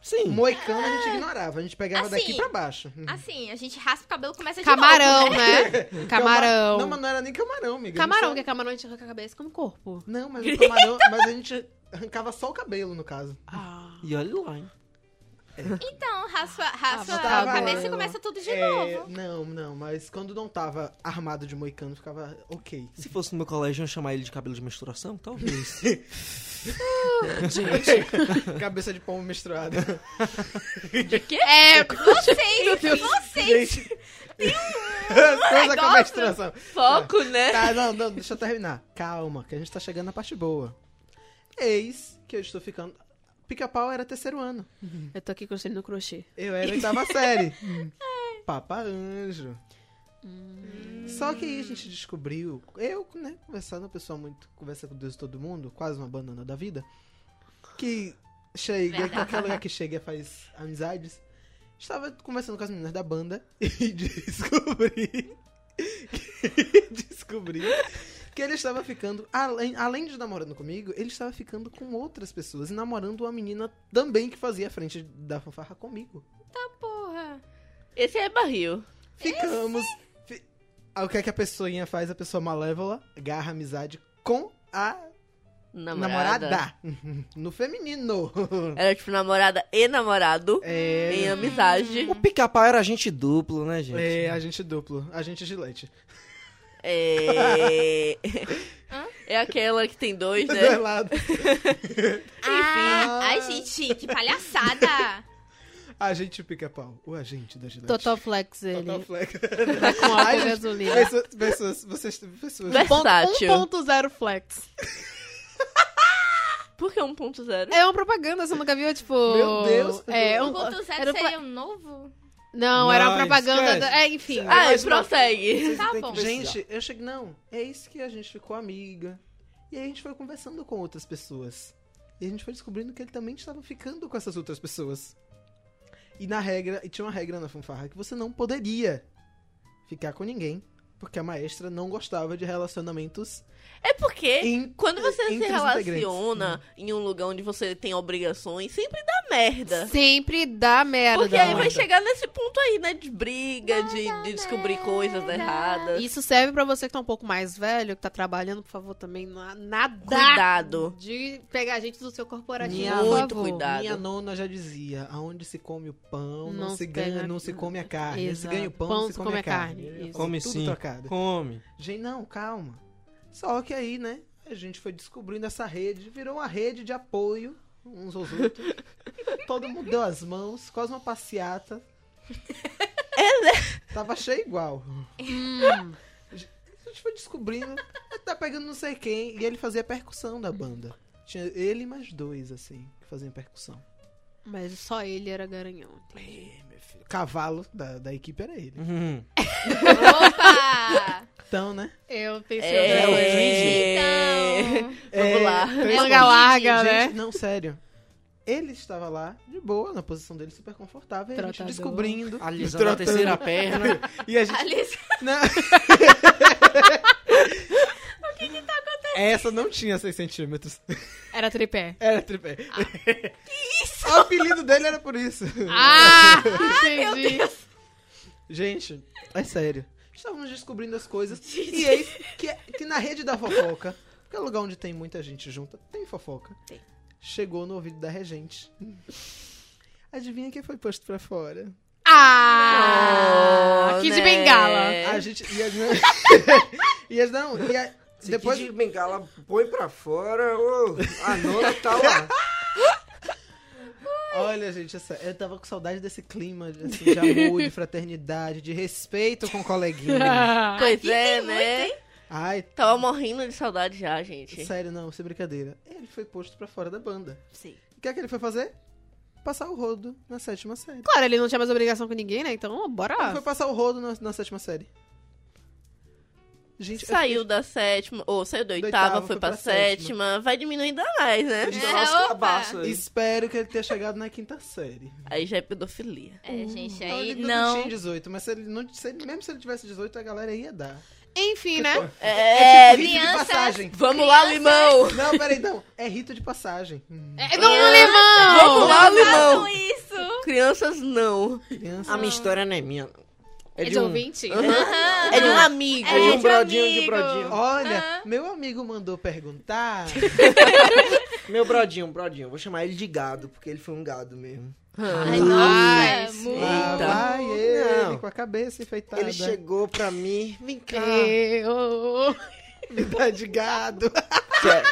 Sim.
Moicano a gente ignorava, a gente pegava
Assim.
daqui pra baixo. Então,
Assim, a gente raspa o cabelo e começa de
Camarão,
novo,
né?
*laughs* Cama- Não, é
Camarão.
mas não era nem camarão, amiga.
Camarão,
A
porque
gente
camarão a gente arranca a cabeça como corpo.
só- Não, mas o camarão, mas a gente arrancava só o cabelo, no caso.
Ah.
E olha lá, hein?
Então, raspa, raspa
Ah,
a
tá
cabeça e
bom.
começa tudo de
É,
novo.
Não, não, mas quando não tava armado de moicano, ficava ok.
Se fosse no meu colégio, eu ia chamar ele de cabelo de menstruação? Talvez. *laughs*
*laughs* Cabeça de pombo misturada.
É,
Vocês, vocês. um
Gente. *laughs* Coisa com a
negócio.
menstruação.
Foco, né?
Tá, não, não, deixa eu terminar. Calma, que a gente tá chegando na parte boa. Eis que eu estou ficando. Pica-pau era terceiro ano.
eu tô aqui construindo no crochê.
Eu era oitava série. Papa Anjo. Só que aí a gente descobriu, eu, né, conversando, o pessoal muito conversa com Deus e todo mundo, quase uma banana da vida, que chega, qualquer lugar que chega faz amizades. Estava conversando com as meninas da banda *laughs* e descobri. que- *laughs* descobri que ele estava ficando. Além, além de namorando comigo, ele estava ficando com outras pessoas e namorando uma menina também que fazia a frente da fanfarra comigo.
Porra.
Esse é barril.
Ficamos. fi- Ah, O que é que a pessoinha faz? A pessoa malévola agarra amizade com a
Namorada.
namorada. *laughs* No feminino.
Era tipo namorada e namorado
É.
em amizade.
O pica-pau era gente duplo, né, gente?
É, agente duplo, agente gilete.
É... é aquela que tem dois,
Dois
né?
lados.
Ah, ai, gente, que palhaçada.
Agente pica-pau, o agente da gilete.
Total Flex ele.
Total Flex.
Tá com álcool
Ai,
e
gente.
gasolina.
Pessoas, pessoas, vocês, pessoas.
Mas-
um Ponto-
Versátil.
1.0 Flex.
Por que 1.0?
É uma propaganda, você nunca viu? Tipo.
Meu Deus.
É, um,
O
era
zero
um fle-
seria um novo?
Não, era uma
Não,
propaganda.
esquece.
da- É, enfim.
Ah,
Ah,
mas não-
prossegue.
Vocês
Tá
têm que
bom.
pesquisar. Gente, eu cheguei. Não, é isso que a gente ficou amiga. E aí a gente foi conversando com outras pessoas. E a gente foi descobrindo que ele também estava ficando com essas outras pessoas. E na regra, e tinha uma regra na fanfarra que você não poderia ficar com ninguém. Porque a maestra não gostava de relacionamentos
É porque
em-
quando você se
entre os
relaciona em um lugar onde você tem obrigações, sempre dá merda.
Sempre dá merda.
Porque aí vai
merda.
chegar nesse ponto aí, né? De briga, de, de descobrir coisas erradas.
Isso serve pra você que tá um pouco mais velho, que tá trabalhando, por favor, também. na- Nada
Cuidado.
de pegar gente do seu corporativo,
Minha-
por
Muito
favor.
cuidado.
Minha nona já dizia, aonde se come o pão, não,
Não
se
se
ganha,
pega-
não se come a carne. Se
Exato.
ganha o pão, não se come a carne. Eu
Isso.
fazia
Come
tudo
sim.
trocado.
Come.
Gente, não, calma. Só que aí, né, a gente foi descobrindo essa rede, virou uma rede de apoio uns aos outros.
*laughs*
Todo mundo deu as mãos, quase uma
*laughs*
passeata.
é
Tava cheio igual.
Hum,
A gente foi descobrindo, tá pegando não sei quem, e ele fazia percussão da banda. Tinha ele e mais dois, assim, que faziam percussão.
mas só ele era garanhão.
O cavalo da, da equipe era ele.
Uhum.
Opa!
Então, né?
Eu pensei.
É,
eu-
Então.
Vamos lá.
três
Manga larga,
Gente,
né?
não, sério. Ele estava lá, de boa, na posição dele, super confortável, e a gente
Trotador.
descobrindo.
Alisando a terceira perna.
E a gente. né?
Alice,
Não. Essa não tinha 6 centímetros.
Era tripé.
Era tripé. *laughs* O apelido dele era por isso.
*laughs* Ah! entendi.
Gente, é sério. Estávamos descobrindo as coisas. E eis que, é, que na rede da fofoca, que é o lugar onde tem muita gente junta, tem fofoca.
Tem.
Chegou no ouvido da regente. Adivinha quem foi posto pra fora?
Ah!
Oh,
Kid
né?
*laughs* Bengala.
A gente. E as, *laughs* e as não. E a- depois.
Depois de bengala, põe pra fora. ô, a nona tá lá.
Olha, gente, essa- eu tava com saudade desse clima assim, de amor, de fraternidade, de respeito com o
*laughs*
coleguinha.
Ah,
Pois
Aqui
é,
tem muito,
né?
Ai,
Tava morrendo de saudade já, gente.
sério, não, sem brincadeira. Ele foi posto pra fora da banda.
Sim.
O que é que ele foi fazer? Passar o rodo na sétima série.
Claro, ele não tinha mais obrigação com ninguém, né? Então, bora.
Ele foi passar o rodo na, na sétima série. Gente, eu
Saiu da sétima, ou saiu da oitava,
oitava,
foi
foi
pra,
pra
sétima. Vai diminuindo ainda mais, né?
Eles
É,
dão umas
opa.
cabaças
fiquei-
aí.
espero que ele tenha chegado na quinta série.
Aí já é pedofilia.
É, gente,
Não,
aí
ele
não.
tinha 18, mas se ele não, se ele- mesmo se ele tivesse 18, a galera ia dar.
Enfim, né?
É,
rito de
criança-
passagem.
vamos lá, limão!
Não, peraí, não. É rito de passagem. Hum,
É, não, alemão!
Vamos lá,
Não
limão!
façam isso.
Crianças não.
Criança.
A minha história não é minha. não.
É de ouvinte?
É de um amigo.
É,
um- de um
de
brodinho, de um
amigo.
brodinho.
Olha, meu amigo mandou
*laughs*
perguntar.
Meu brodinho, um brodinho. Vou chamar ele de gado, porque ele foi um gado mesmo.
Ah, é.
Ai,
Ai,
nossa,
sim.
Lá
Eita.
vai
muito.
ele
Então, Não.
com a cabeça
Tá,
enfeitada.
né?
Ele chegou pra mim. Vem cá. *laughs*
Eu...
Me dá de gado.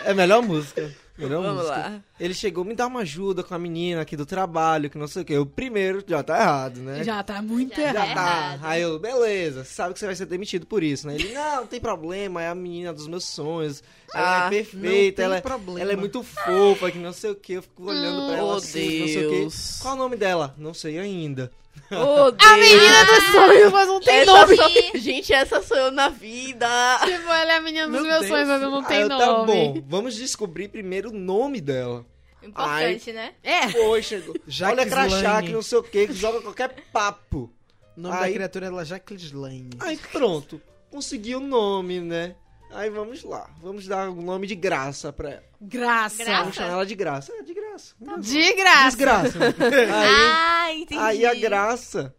É a melhor música. Melhor
Vamos
música.
lá.
Ele chegou, me dá uma ajuda com a menina aqui do trabalho, que não sei o que. Eu primeiro já tá errado, né?
Já tá muito
Já
errado.
Já
É
tá.
errado.
Aí eu, beleza, sabe que você vai ser demitido por isso, né? Ele, não, não tem problema, é a menina dos meus sonhos. Ela
Ah,
é perfeita,
não tem
ela,
problema.
ela é muito fofa, que não sei o que. Eu fico olhando pra ela
Oh,
assim, não sei o que.
Deus.
Qual o nome dela? Não sei ainda.
Ô,
A menina dos sonhos, mas não tem
Essa
nome.
*laughs*
sou- Gente, essa sou eu na vida.
Tipo, ela é a menina dos
Meu
meus
Deus.
sonhos, mas não
Aí
tem
Ah, eu,
nome.
tá bom, vamos descobrir primeiro o nome dela.
Importante, né?
É.
Foi, chegou.
Jaque
Olha crachá,
Slane.
que não sei o que, que joga qualquer papo.
O nome da
Aí-
criatura era Jacqueline Slane.
Aí pronto, consegui o nome, né? Aí vamos lá, vamos dar um nome de graça pra ela.
Graça. Tá
Graça.
Vamos chamar ela de graça. É, de graça.
De graça.
Desgraça. aí,
ah, entendi.
aí a graça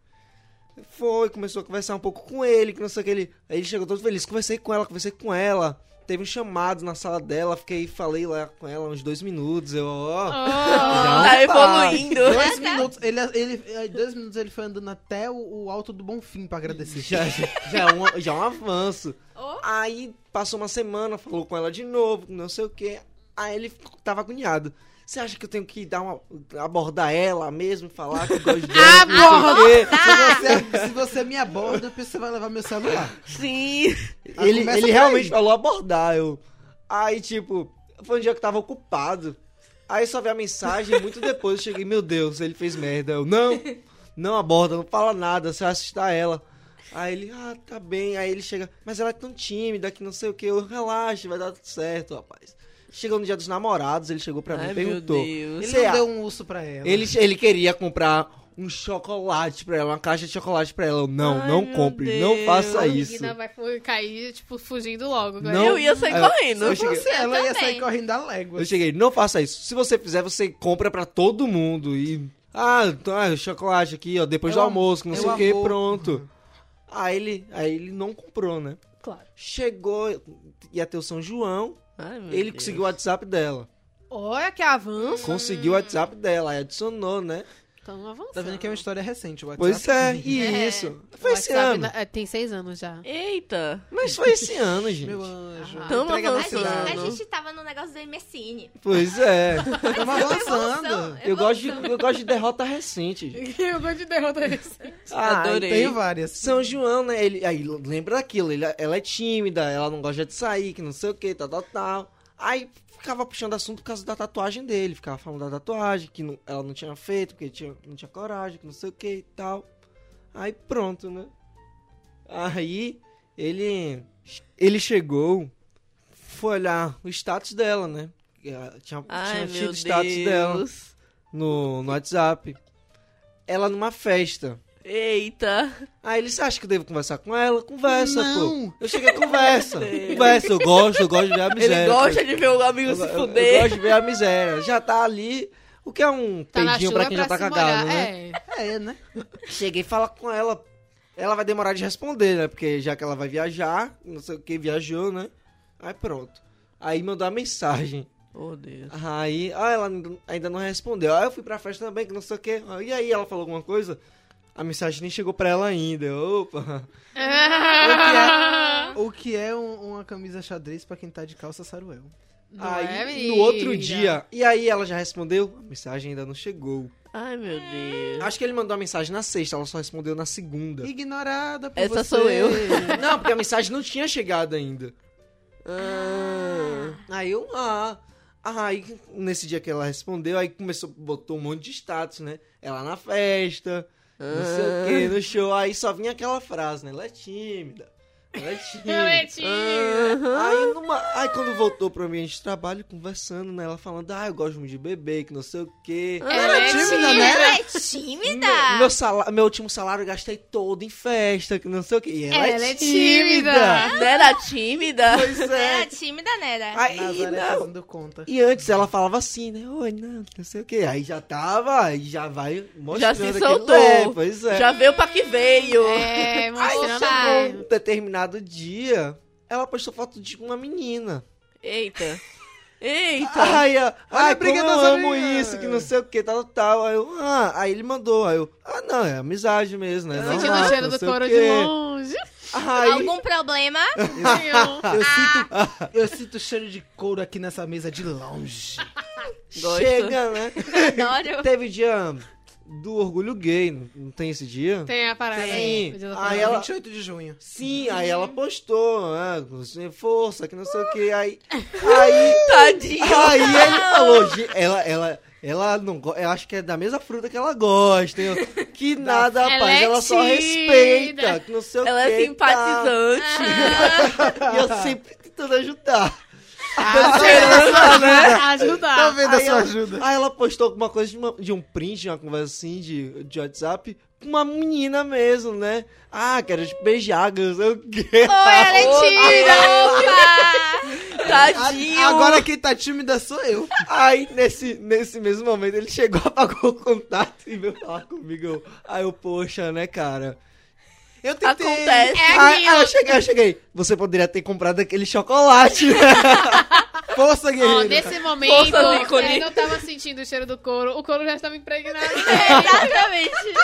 foi, começou a conversar um pouco com ele, que não sei o que ele. Aí ele chegou todo feliz, conversei com ela, conversei com ela. Teve um chamado na sala dela, fiquei, falei lá com ela uns dois minutos. Eu, ó.
Oh.
já
Tá
tá.
evoluindo.
*laughs*
Dois minutos, ele, ele, aí dois minutos ele foi andando até o, o alto do Bonfim pra agradecer.
Já, *laughs* já, é um, já é um avanço.
Oh.
Aí passou uma semana, falou com ela de novo, não sei o que. Aí ele ficou- tava agoniado. Você acha que eu tenho que dar uma, abordar ela mesmo, falar que eu gosto dela? que não sei o quê?
Se, você, é, se você me aborda, você vai levar meu celular.
Sim.
Aí começa
Ele, ele
tá
por
realmente
aí.
falou abordar. Eu. Aí, tipo, foi um dia que eu tava ocupado. Aí só vi a
*laughs*
mensagem muito depois. Eu cheguei, meu Deus, ele fez merda. Eu, não, não aborda, não fala nada, você vai assustar ela. Aí ele, ah, tá bem. Aí ele chega, mas ela é tão tímida que não sei o que. Eu, relaxa, vai dar tudo certo, rapaz. Chegou no dia dos namorados, ele chegou pra mim
Ai,
e
meu
perguntou.
Deus.
Ele
Sei
não
lá.
deu um urso pra ela.
é Ele, ele queria comprar um chocolate pra ela, uma caixa de chocolate pra ela. Eu, não,
Ai,
não
meu
compre, não
Deus.
faça
A
isso.
menina vai fu- cair, tipo, fugindo logo. agora. é
Não.
Eu ia sair
Então, Aí eu-
correndo.
eu
Se
cheguei-
fosse ela,
Eu
ia sair
também.
correndo da légua.
Eu cheguei, não faça isso. Se você fizer, você compra pra todo mundo. E. Ah, tá, chocolate aqui, ó, depois
É
do
o am-
almoço, que não
é
sei
o
o que,
amor. Uhum.
pronto. Aí ele, aí ele não comprou, né?
Claro.
Chegou, ia ter o São João,
Ai, meu
ele
Deus.
conseguiu o WhatsApp dela.
Olha que avanço.
Conseguiu o WhatsApp dela, aí adicionou, né?
Então avançando.
Tá vendo que é uma história recente, o WhatsApp.
Pois é, e
É.
isso.
O
Foi esse
WhatsApp
ano.
na- é, Tem seis anos já.
Eita.
Mas foi
*laughs*
esse ano, gente.
Meu anjo.
Ah,
tamo
entrega na
A gente,
avançando.
a
cidade.
gente tava no negócio do MSN.
Pois é.
*laughs*
*laughs*
Tamo avançando.
Eu gosto, de, eu gosto de derrota recente. gente.
*laughs* Eu gosto de derrota recente.
Ah,
Adorei.
Tenho várias.
São João, né? Ele, aí lembra daquilo, ele- ela é tímida, ela não gosta de sair, que não sei o que, tal, tal, tal. Aí ficava puxando assunto por causa da tatuagem dele, ficava falando da tatuagem, que não- ela não tinha feito, porque tinha- não tinha coragem, que não sei o que e tal. Aí pronto, né? Aí ele, ele chegou, foi olhar o status dela, né? Ela Tinha,
Ai,
tinha
meu
tido o
Deus.
status dela no, no WhatsApp. Ela numa festa.
Eita.
Aí ele, você acha que eu devo conversar com ela? Conversa, pô.
Não.
Eu cheguei, conversa.
Deus.
conversa, eu gosto, eu gosto de ver a
Ele
miséria.
gosta de ver o amigo
eu,
se
eu- eu
fuder.
gosto de ver a miséria. Já tá ali, o que é um
Tá na
peidinho
chuva
pra quem já tá
pra se
cagado,
molhar.
né?
É.
É, *laughs* né?
Cheguei falar com ela. Ela vai demorar de responder, né? Porque já que ela vai viajar, não sei o que, viajou, né? Aí pronto. Aí mandou a mensagem.
Oh, Deus.
Aí, ah, ela ainda- ainda não respondeu. Aí eu fui pra festa também, que não sei o quê. Ah, E aí, ela falou alguma coisa? A mensagem nem chegou pra ela ainda. Eu, Opa.
O que é, o que é um- uma camisa xadrez pra quem tá de calça saruel?
Não é,
Aí,
menina?
no outro dia. E aí ela já respondeu? A mensagem ainda não chegou.
Ai, meu Deus.
Acho que ele mandou a mensagem na sexta, ela só respondeu na segunda.
Ignorada por
Essa
você.
sou eu.
Não, porque a mensagem não tinha chegado ainda. Ah, Aí eu, ah. Aí, nesse dia que ela respondeu, aí começou, botou um monte de status, né? Ela na festa, não sei o
Ah.
quê, no show. Aí só vinha aquela frase, né? Ela é tímida.
*laughs*
Ela é
Não,
tímida.
é tímida.
Aí, numa... aí quando voltou pro ambiente de trabalho, conversando, né? Ela falando, ah, eu gosto muito de beber, que não sei o quê.
Ah.
Ela é tímida, né?
Ela é tímida.
Meu, meu sala- meu último salário eu gastei todo em festa, que não sei o que. E ela,
Ela
é
é
tímida.
tímida.
Não era tímida?
Pois
Ela é
é.
tímida, né? né?
Aí,
Nazaré tá
não.
dando conta.
E antes ela falava assim, né? Oi, não, não sei o que. Aí já tava, aí já vai mostrando.
Já se
aquele-
soltou.
É, pois é.
Já veio pra que veio.
É,
*laughs* Aí
mostrando a-
chegou um determinado dia, ela postou foto de uma menina.
Eita. Eita.
Ai, a- ai,
a briga
como eu
das
amo
amigas.
isso, que não sei o que, tal, tal. Aí, eu, ah, aí ele mandou, aí eu, ah, não, é amizade mesmo, né?
tá Sentindo
normal,
o cheiro
não
do
sei o
couro de
quê. *laughs*
longe. *laughs*
Aí,
Algum problema?
Eu sinto, eu sinto cheiro de couro aqui nessa mesa de longe.
Gosto.
chega, né?
Adoro.
Teve dia do orgulho gay, não não tem esse dia?
Tem a parada.
Sim.
Podia
Ah,
dar
Aí
pra-
ela-
28 de junho.
Sim, aí
Uhum.
ela postou, ah, você força, que não sei o que, aí, aí,
Tadinho.
aí ele falou, "Gi- ela, ela, ela não, go- eu acho que é da mesma fruta que ela gosta, eu, que nada,
Ela
rapaz,
é
ela só
tímida.
respeita, que não sei o tá?" que,
Ela é simpatizante.
e eu sempre tentando ajudar.
Ah, Ajudar.
tá vendo a
Aí
sua
ela-
ajuda? Aí ela postou alguma coisa de, uma- de um print, de uma conversa assim, de, de WhatsApp, com uma menina mesmo, né? Ah, quero te beijar, que não sei o quê. tá?
Oi, é Aletina! Opa!
Tadinho.
Agora quem tá tímida sou eu.
é Aí, nesse, nesse mesmo momento, ele chegou, apagou o contato e veio falar comigo. Eu- Aí eu, poxa, né, cara?
Eu
Ah,
tentei.
Ah, Acontece.
É
Aí, aí eu
aquilo.
cheguei, eu cheguei. Você poderia ter comprado aquele chocolate, *laughs* né?
Força,
Ó,
guerreiro.
nesse momento, é,
Força, Nicole.
eu não tava sentindo o cheiro do couro. O couro já estava impregnado.
*laughs*
Exatamente.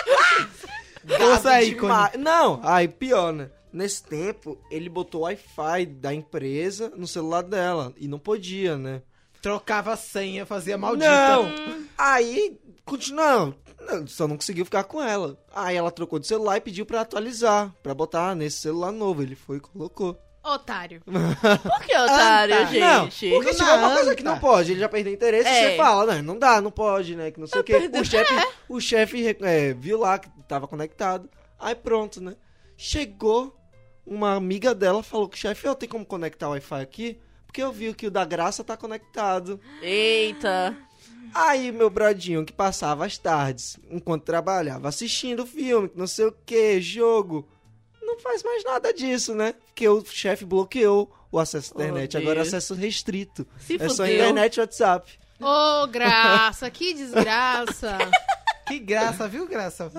Força aí,
Demais. Não, aí pior, né? Nesse tempo, ele botou o Wi-Fi da empresa no celular dela. E não podia, né?
Trocava a senha, fazia maldita.
Não! Aí, continuando. Só não conseguiu ficar com ela. Aí ela trocou de celular e pediu pra atualizar, pra botar nesse celular novo. Ele foi e colocou.
Otário.
É Por que otário,
Anta.
Ah, tá. Não,
gente?
porque
Não
se tiver uma
anda.
coisa que não pode, ele já perdeu interesse,
É.
você fala, né? Não dá, não pode, né? Que não sei o quê.
perdeu-
O chefe, o chefe é, viu lá que tava conectado. Aí pronto, né? Chegou uma amiga dela, falou que o chefe, ó, tem como conectar o Wi-Fi aqui? Porque eu vi que o da graça tá conectado.
Eita.
Aí, meu brodinho, que passava as tardes, enquanto trabalhava, assistindo filme, não sei o que, jogo. Não faz mais nada disso, né? Porque o chefe bloqueou o acesso à
Oh,
internet.
Deus.
Agora é acesso restrito.
Se
é
fudeu.
só internet e WhatsApp.
Ô, graça, que desgraça.
Que graça, viu, graça?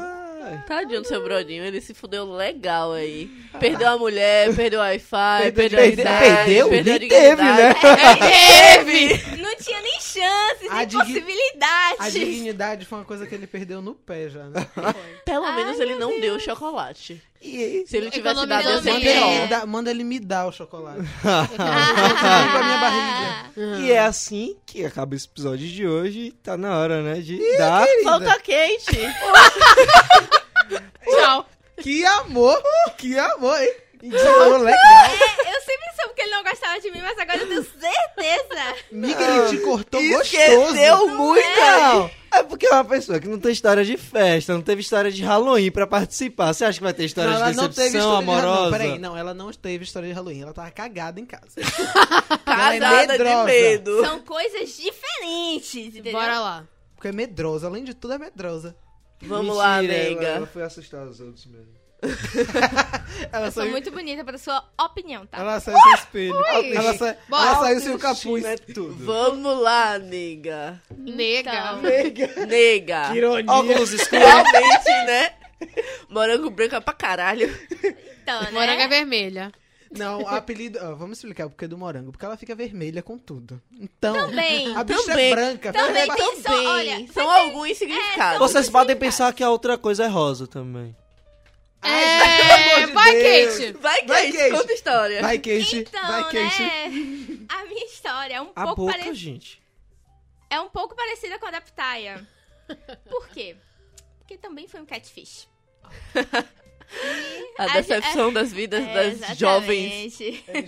Tadinho do seu brodinho, ele se fudeu legal aí. Perdeu a mulher, perdeu o Wi-Fi, perdeu a
Perde-
amizade,
Ah. perdeu?
perdeu a
Nem teve, né?
dignidade. É,
*laughs*
Teve!
Não tinha nem chance, nem
A digni- A
possibilidade.
dignidade foi uma coisa que ele perdeu no pé já, né?
Pelo
Ai,
menos ele não deu o chocolate.
E é
Se ele tivesse dado,
Economizou
ia ser
bem.
Manda ele, me
pior.
dar, manda ele me dar o
*laughs*
chocolate.
*laughs* Ah.
minha barriga.
E é assim que acaba esse episódio de hoje. Tá na hora, né? De dar.
Falta a Kate.
Tchau.
Que amor! Que amor, hein? Indianou legal.
Eu sempre soube que ele não gostava de mim, mas agora eu
*laughs*
tenho certeza.
Miga, ele te cortou gostoso.
Esqueceu muito! Não. É porque é uma pessoa que não tem história de festa, não teve história de Halloween pra participar. Você acha que vai ter história de decepção
de
amorosa?
Halloween. Peraí, não, ela não teve história de Halloween. Ela tava cagada em casa. é
Casada de
medrosa.
medo.
São coisas diferentes, entendeu?
Bora lá.
Porque é medrosa. Além de tudo, é medrosa.
Vamos lá,
Mentira, ela- é
nega.
foi assustar os outros mesmo.
Ela
Eu sou
saiu,
muito bonita pra sua opinião, tá?
ela saiu sem espelho. Ela, sa...
Bora.
ela saiu sem o capuz.
É tudo.
Vamos lá, nega.
Nega.
Nega.
Ironia.
*laughs* Óculos escuros.
Realmente, né? Morango branco é pra caralho.
Então, né?
Moranga vermelha.
Não, o apelido. ó, vamos explicar o porquê do morango. Porque ela fica vermelha com tudo. Então.
Também.
A bicha
Também.
é branca.
Também
fica-
tem- só-
Bem,
olha, é,
são alguns significados.
Vocês podem pensar que a outra coisa é rosa também.
É,
de
vai,
Deus.
um-
Kate.
Vai, Kate,
Vai, Kate.
conta a história.
Vai, Kate.
Então,
Vai, Kate.
né? A minha história é um
A
pouco
boca,
parecida.
gente.
É um pouco parecida com a da Pitaia. Por quê? Porque também foi um catfish.
A
A- é
decepção das vidas das
exatamente. É,
jovens.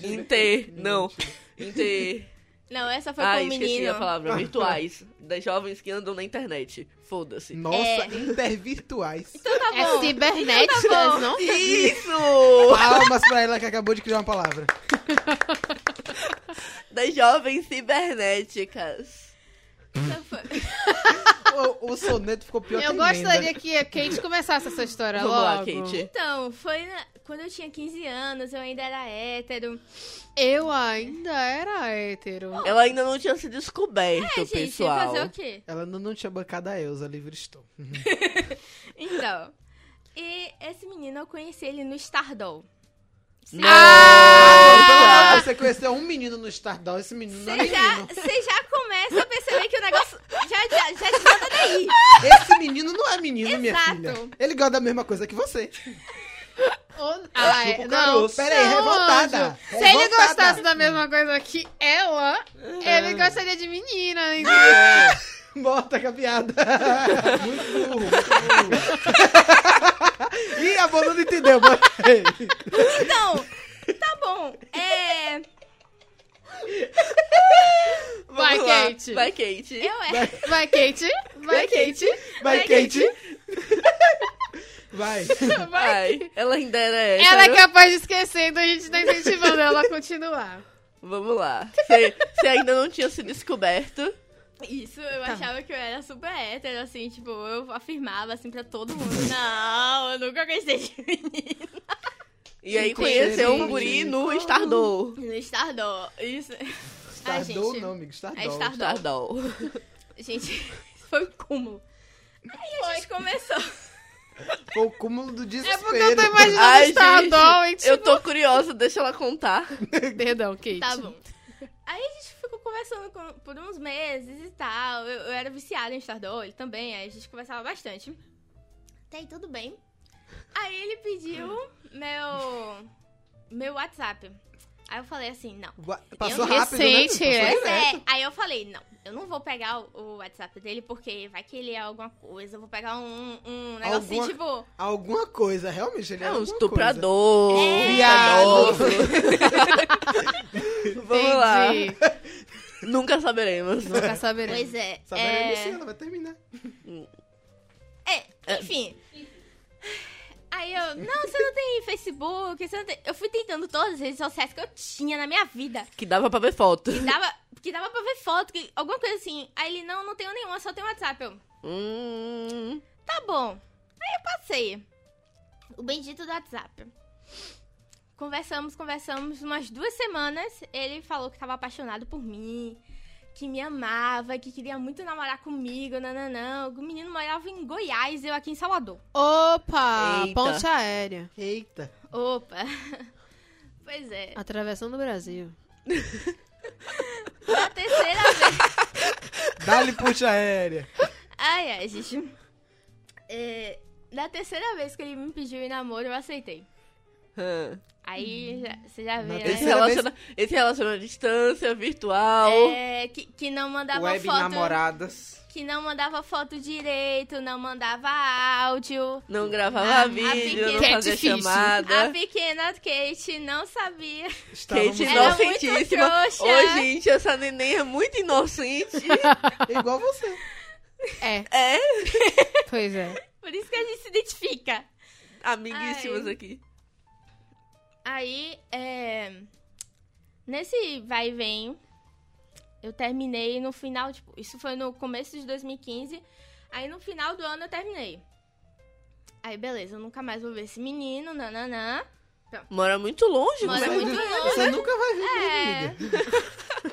Inter... Não. Inter...
Não, essa foi
Ah,
com um
esqueci
menino.
a palavra. Virtuais. das jovens que andam na internet. Foda-se.
Nossa,
É.
intervirtuais.
*laughs* Então tá
É
bom.
cibernéticas, não?
Isso!
Palmas pra ela que acabou de criar uma palavra.
das jovens cibernéticas.
Então foi-
O, o soneto ficou pior
Eu
que é a
gostaria
emenda.
que a Kate começasse essa história
Vamos lá,
logo.
Kate.
Então, foi na- quando eu tinha 15 anos, eu ainda era hétero.
Eu ainda era hétero.
Ela ainda não tinha se descoberto,
É, gente,
pessoal.
fazer o quê?
Ela não, não tinha bancado a Elsa, livre estou.
Então. E esse menino, eu conheci ele no Stardoll. Sim.
Ah, então, você conheceu um menino no Stardust, esse menino não é
Você já,
menino.
você já começa a perceber que o negócio já, já, já desanda daí.
Esse menino não é menino, minha
Exato.
filha. Ele gosta da mesma coisa que você. *laughs*
Ou- Ah, é, não.
caroço.
Pera aí,
Não,
revoltada.
anjo. Se ele
Revoltada.
gostasse da mesma coisa que ela, ele gostaria de menina, entendeu?
Morta com a piada. muito burro, muito burro. *laughs* Ih, a Bona não entendeu, mas...
Então, tá bom. É,
Vamos
Vai,
lá.
Kate.
Vai, Kate.
eu era.
Vai, Kate. Vai, Kate.
Vai,
Vai,
Kate. Vai.
Vai. Ela ainda era
Ela é
hétero.
capaz de esquecer, então a gente tá incentivando ela a continuar.
Vamos lá. *laughs* Você você ainda não tinha se descoberto.
Isso, eu achava que eu era super hétero, assim, tipo, eu afirmava assim pra todo mundo. Não, eu nunca gostei de menino.
E aí conheceu um guri no Stardoll.
No Stardor. Isso. Ai,
Stardou
gente.
não, amigo. Stardou.
É Stardou.
Stardoll.
Gente, *laughs* foi um cúmulo. Aí a gente começou.
Foi o cúmulo do
É
desespero.
porque eu tô imaginando
Ai,
o Stardol, hein?
Eu tô curiosa, deixa ela contar.
Perdão, Kate.
Tá bom. Aí a gente ficou conversando com- por uns meses e tal. Eu, eu era viciada em Stardoll, ele também. Aí a gente conversava bastante. Até aí tudo bem. Aí ele pediu meu, meu WhatsApp. Aí eu falei assim, não.
Gua- Passou
Eu-
rápido,
Recente,
né?
é.
Passou
Pois é.
direto.
Aí eu falei, não, eu não vou pegar o- o WhatsApp dele porque vai que ele é alguma coisa. Eu vou pegar um, um negocinho
Alguma-
tipo...
Alguma coisa, realmente. Ele
É
era
um
alguma
estuprador.
É.
Viado. *laughs* Vamos lá.
Entendi.
Nunca saberemos.
Nunca saberemos.
Pois é.
Coisa. Saberemos
é...
se ela vai terminar.
É, enfim. Aí eu, não, você não tem Facebook, você não tem... Eu fui tentando todas as redes sociais que eu tinha na minha vida.
Que dava pra ver foto.
Que dava, que dava pra ver foto, que, alguma coisa assim. Aí ele, não, não tenho nenhuma, só tenho WhatsApp. Eu,
Hum,
tá bom. Aí eu passei. O bendito do WhatsApp. Conversamos, conversamos umas duas semanas. Ele falou que tava apaixonado por mim, que me amava, que queria muito namorar comigo, nananã. O menino morava em Goiás, eu aqui em Salvador.
Opa,
Eita.
ponte aérea.
Eita.
Opa! *laughs* Pois é.
Atravessando o Brasil.
A terceira vez.
Dá-lhe puxa
*laughs*
aérea.
Ai, ai, gente. É, da terceira vez que ele me pediu em namoro, eu aceitei.
hum.
Aí já- você já vê,
Na
né?
Esse,
Primeira vez-
relaciona... Esse relaciona à distância, virtual.
É, que, que não mandava
Web
foto.
namoradas.
Que não mandava foto direito, não mandava áudio.
Não gravava
A- a
vídeo, não
pequena-
fazia
Catfish.
A
chamada.
pequena Kate não sabia.
Kate
Estávamos
Era muito
inocentíssima.
trouxa.
Ô, gente, essa neném é muito inocente.
igual você.
É.
É.
*laughs* Pois é.
Por isso que a gente se identifica.
Amiguíssimas
Ai.
aqui.
Aí, é... Nesse vai e vem, eu terminei no final, tipo, isso foi no começo de 2015. Aí no final do ano eu terminei. Aí, beleza, eu nunca mais vou ver esse menino, nananã.
Mora muito longe,
Mora
é
né?
muito longe.
Você nunca vai ver
É.
minha amiga.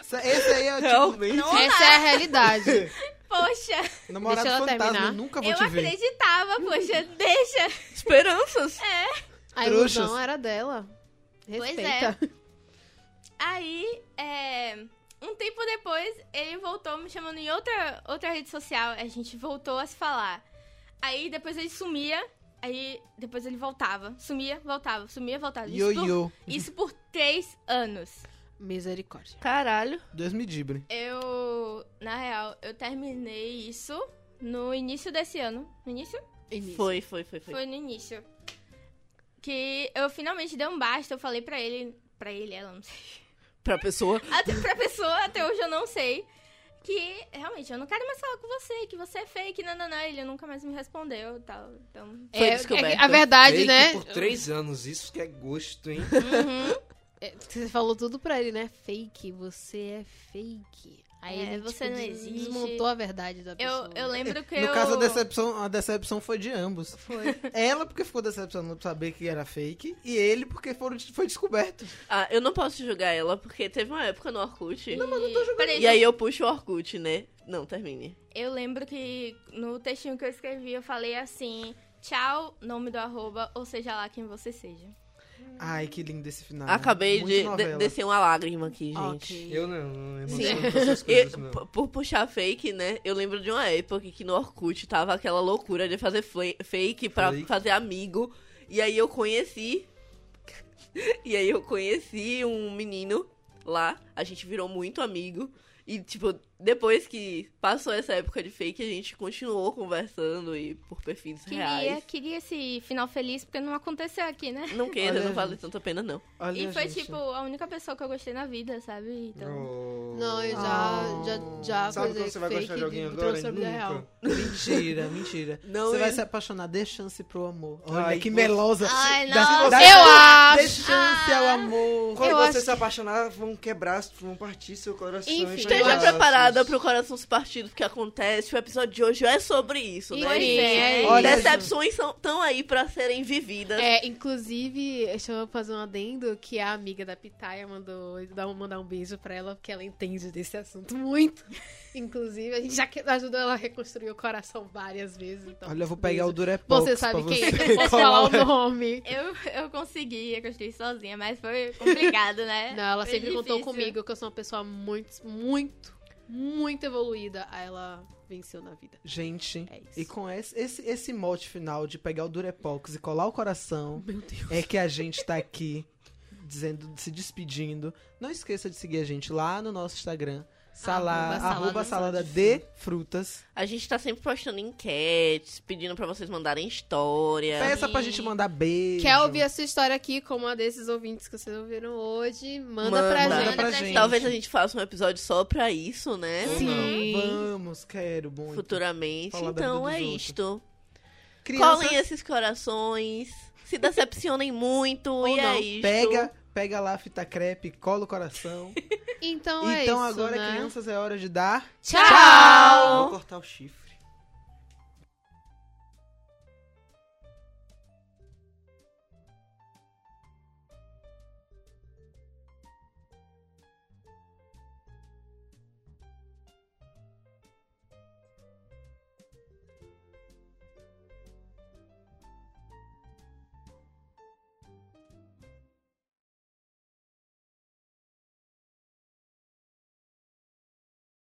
Isso- Esse aí é o tipo...
Realmente.
Não,
Essa é a realidade.
Poxa,
Namorado
Deixa ela
fantasma,
terminar.
eu nunca vou
eu
te ver.
acreditava, poxa, *laughs* deixa. é.
Esperanças.
A
Trouxas.
ilusão era dela.
Pois é.
Respeita.
Aí, é... Um tempo depois, ele voltou me chamando em outra, outra rede social. A gente voltou a se falar. Aí depois ele sumia. Aí depois ele voltava. Sumia, voltava. Sumia, voltava. Isso por-
Yo-yo.
Isso por três anos.
Misericórdia.
Caralho.
Deus me dibre.
Eu, na real, eu terminei isso no início desse ano. No início?
Início.
Foi, foi, foi, foi.
Foi no início. Que eu finalmente dei um basta. Eu falei pra ele. Pra ele, ela, não sei.
Pra pessoa.
Até, pra pessoa, até hoje eu não sei. Que realmente eu não quero mais falar com você, que você é fake, nananã. Ele nunca mais me respondeu e tal. Então.
Foi
É, é
descoberta.
que a verdade,
Fake
né?
por três anos, isso que é gosto, hein?
Uhum.
É, Você falou tudo pra ele, né? Fake, você é fake. Aí
É,
ele
você não
des-
existe.
desmontou a verdade da pessoa.
eu, eu lembro que
no
eu.
caso, a decepção, a decepção foi de ambos. Foi. *laughs* Ela porque ficou decepcionada por saber que era fake, e ele porque foram, foi descoberto.
Ah, eu não posso julgar ela, porque teve uma época no Orkut.
Peraí,
E aí eu puxo o Orkut, né? Não, termine.
Eu lembro que no textinho que eu escrevi, eu falei assim: tchau, nome do arroba, ou seja lá quem você seja.
Ai, que lindo esse final. né?
Acabei
Muito
de, de-
Ah, novela.
descer uma lágrima aqui, gente.
Ok.
Eu não, não eu não
Sim.
lembro dessas
Eu-
coisas, né? não.
p- por puxar fake, né? Eu lembro de uma época que no Orkut tava aquela loucura de fazer fle- fake pra
Flake.
fazer amigo. E aí eu conheci. *laughs* e aí eu conheci um menino lá. A gente virou muito amigo. E, tipo, depois que passou essa época de fake, a gente continuou conversando e por perfis
Queria,
reais.
queria esse final feliz, porque não aconteceu aqui, né?
Não queira,
Olha,
não vale tanta pena, não.
Olha,
e foi,
gente.
tipo, a única pessoa que eu gostei na vida, sabe? Então,
Oh.
Não, eu já, já, já
Sabe
coisei
quando você vai
fake
gostar de alguém
que
agora?
trouxe a vida real.
Nunca.
Mentira, mentira.
Não,
Você vai
e-
se apaixonar, dê chance pro amor. Olha
Ai,
que
você-
melosa. *laughs*
Ai,
Dá-
não,
dá-
eu
dá
acho.
chance ao amor.
Quando
Eu
você
acho
se apaixonar, vão quebrar, vão partir seu coração.
Enfim,
em
Eu
Esteja
acho-
pedaços.
preparada pro coração se partido, porque acontece. O episódio de hoje é sobre isso, né?
Pois
Sim,
é.
é
Olha,
Decepções estão aí pra serem vividas.
É, inclusive, deixa eu fazer um adendo que a amiga da Pitaia mandou dar um- mandar um beijo pra ela, porque ela entende desse assunto muito. Inclusive, a gente já que- ajudou ela a reconstruir o coração várias vezes. Então,
Olha, eu vou pegar o
beijo.
Durepox
Você
pra
sabe quem
você.
é, que eu posso falar o nome.
Eu, eu consegui, eu gostei sozinha, mas foi complicado, né?
Não, ela
Foi
sempre contou
difícil.
comigo que eu sou uma pessoa muito, muito, muito evoluída. Aí ela venceu na vida.
Gente,
É isso.
e com esse, esse, esse mote final de pegar o Durepox e colar o coração,
Meu Deus.
é que a gente tá aqui dizendo, se despedindo. Não esqueça de seguir a gente lá no nosso Instagram, sala,
Arroba
arroba
salada
salada de frutas.
A gente tá sempre postando enquetes, pedindo pra vocês mandarem história.
Peça pra
Sim.
gente mandar beijo.
Quer ouvir a sua história aqui, como a desses ouvintes que vocês ouviram hoje? Manda, pra
Manda
gente.
pra
gente.
Talvez a gente faça um episódio só pra isso, né?
Sim.
assim?
Vamos, quero muito.
Futuramente.
Falar da
então
vida dos
é
outros.
isto.
Criança,
Colhem esses corações. Se decepcionem muito.
Ou
e
não,
é isto.
pega, pega lá a fita crepe, cola o coração.
Então, é
então
isso,
agora,
né?
crianças, é hora de dar
Tchau!
Vou cortar o chifre.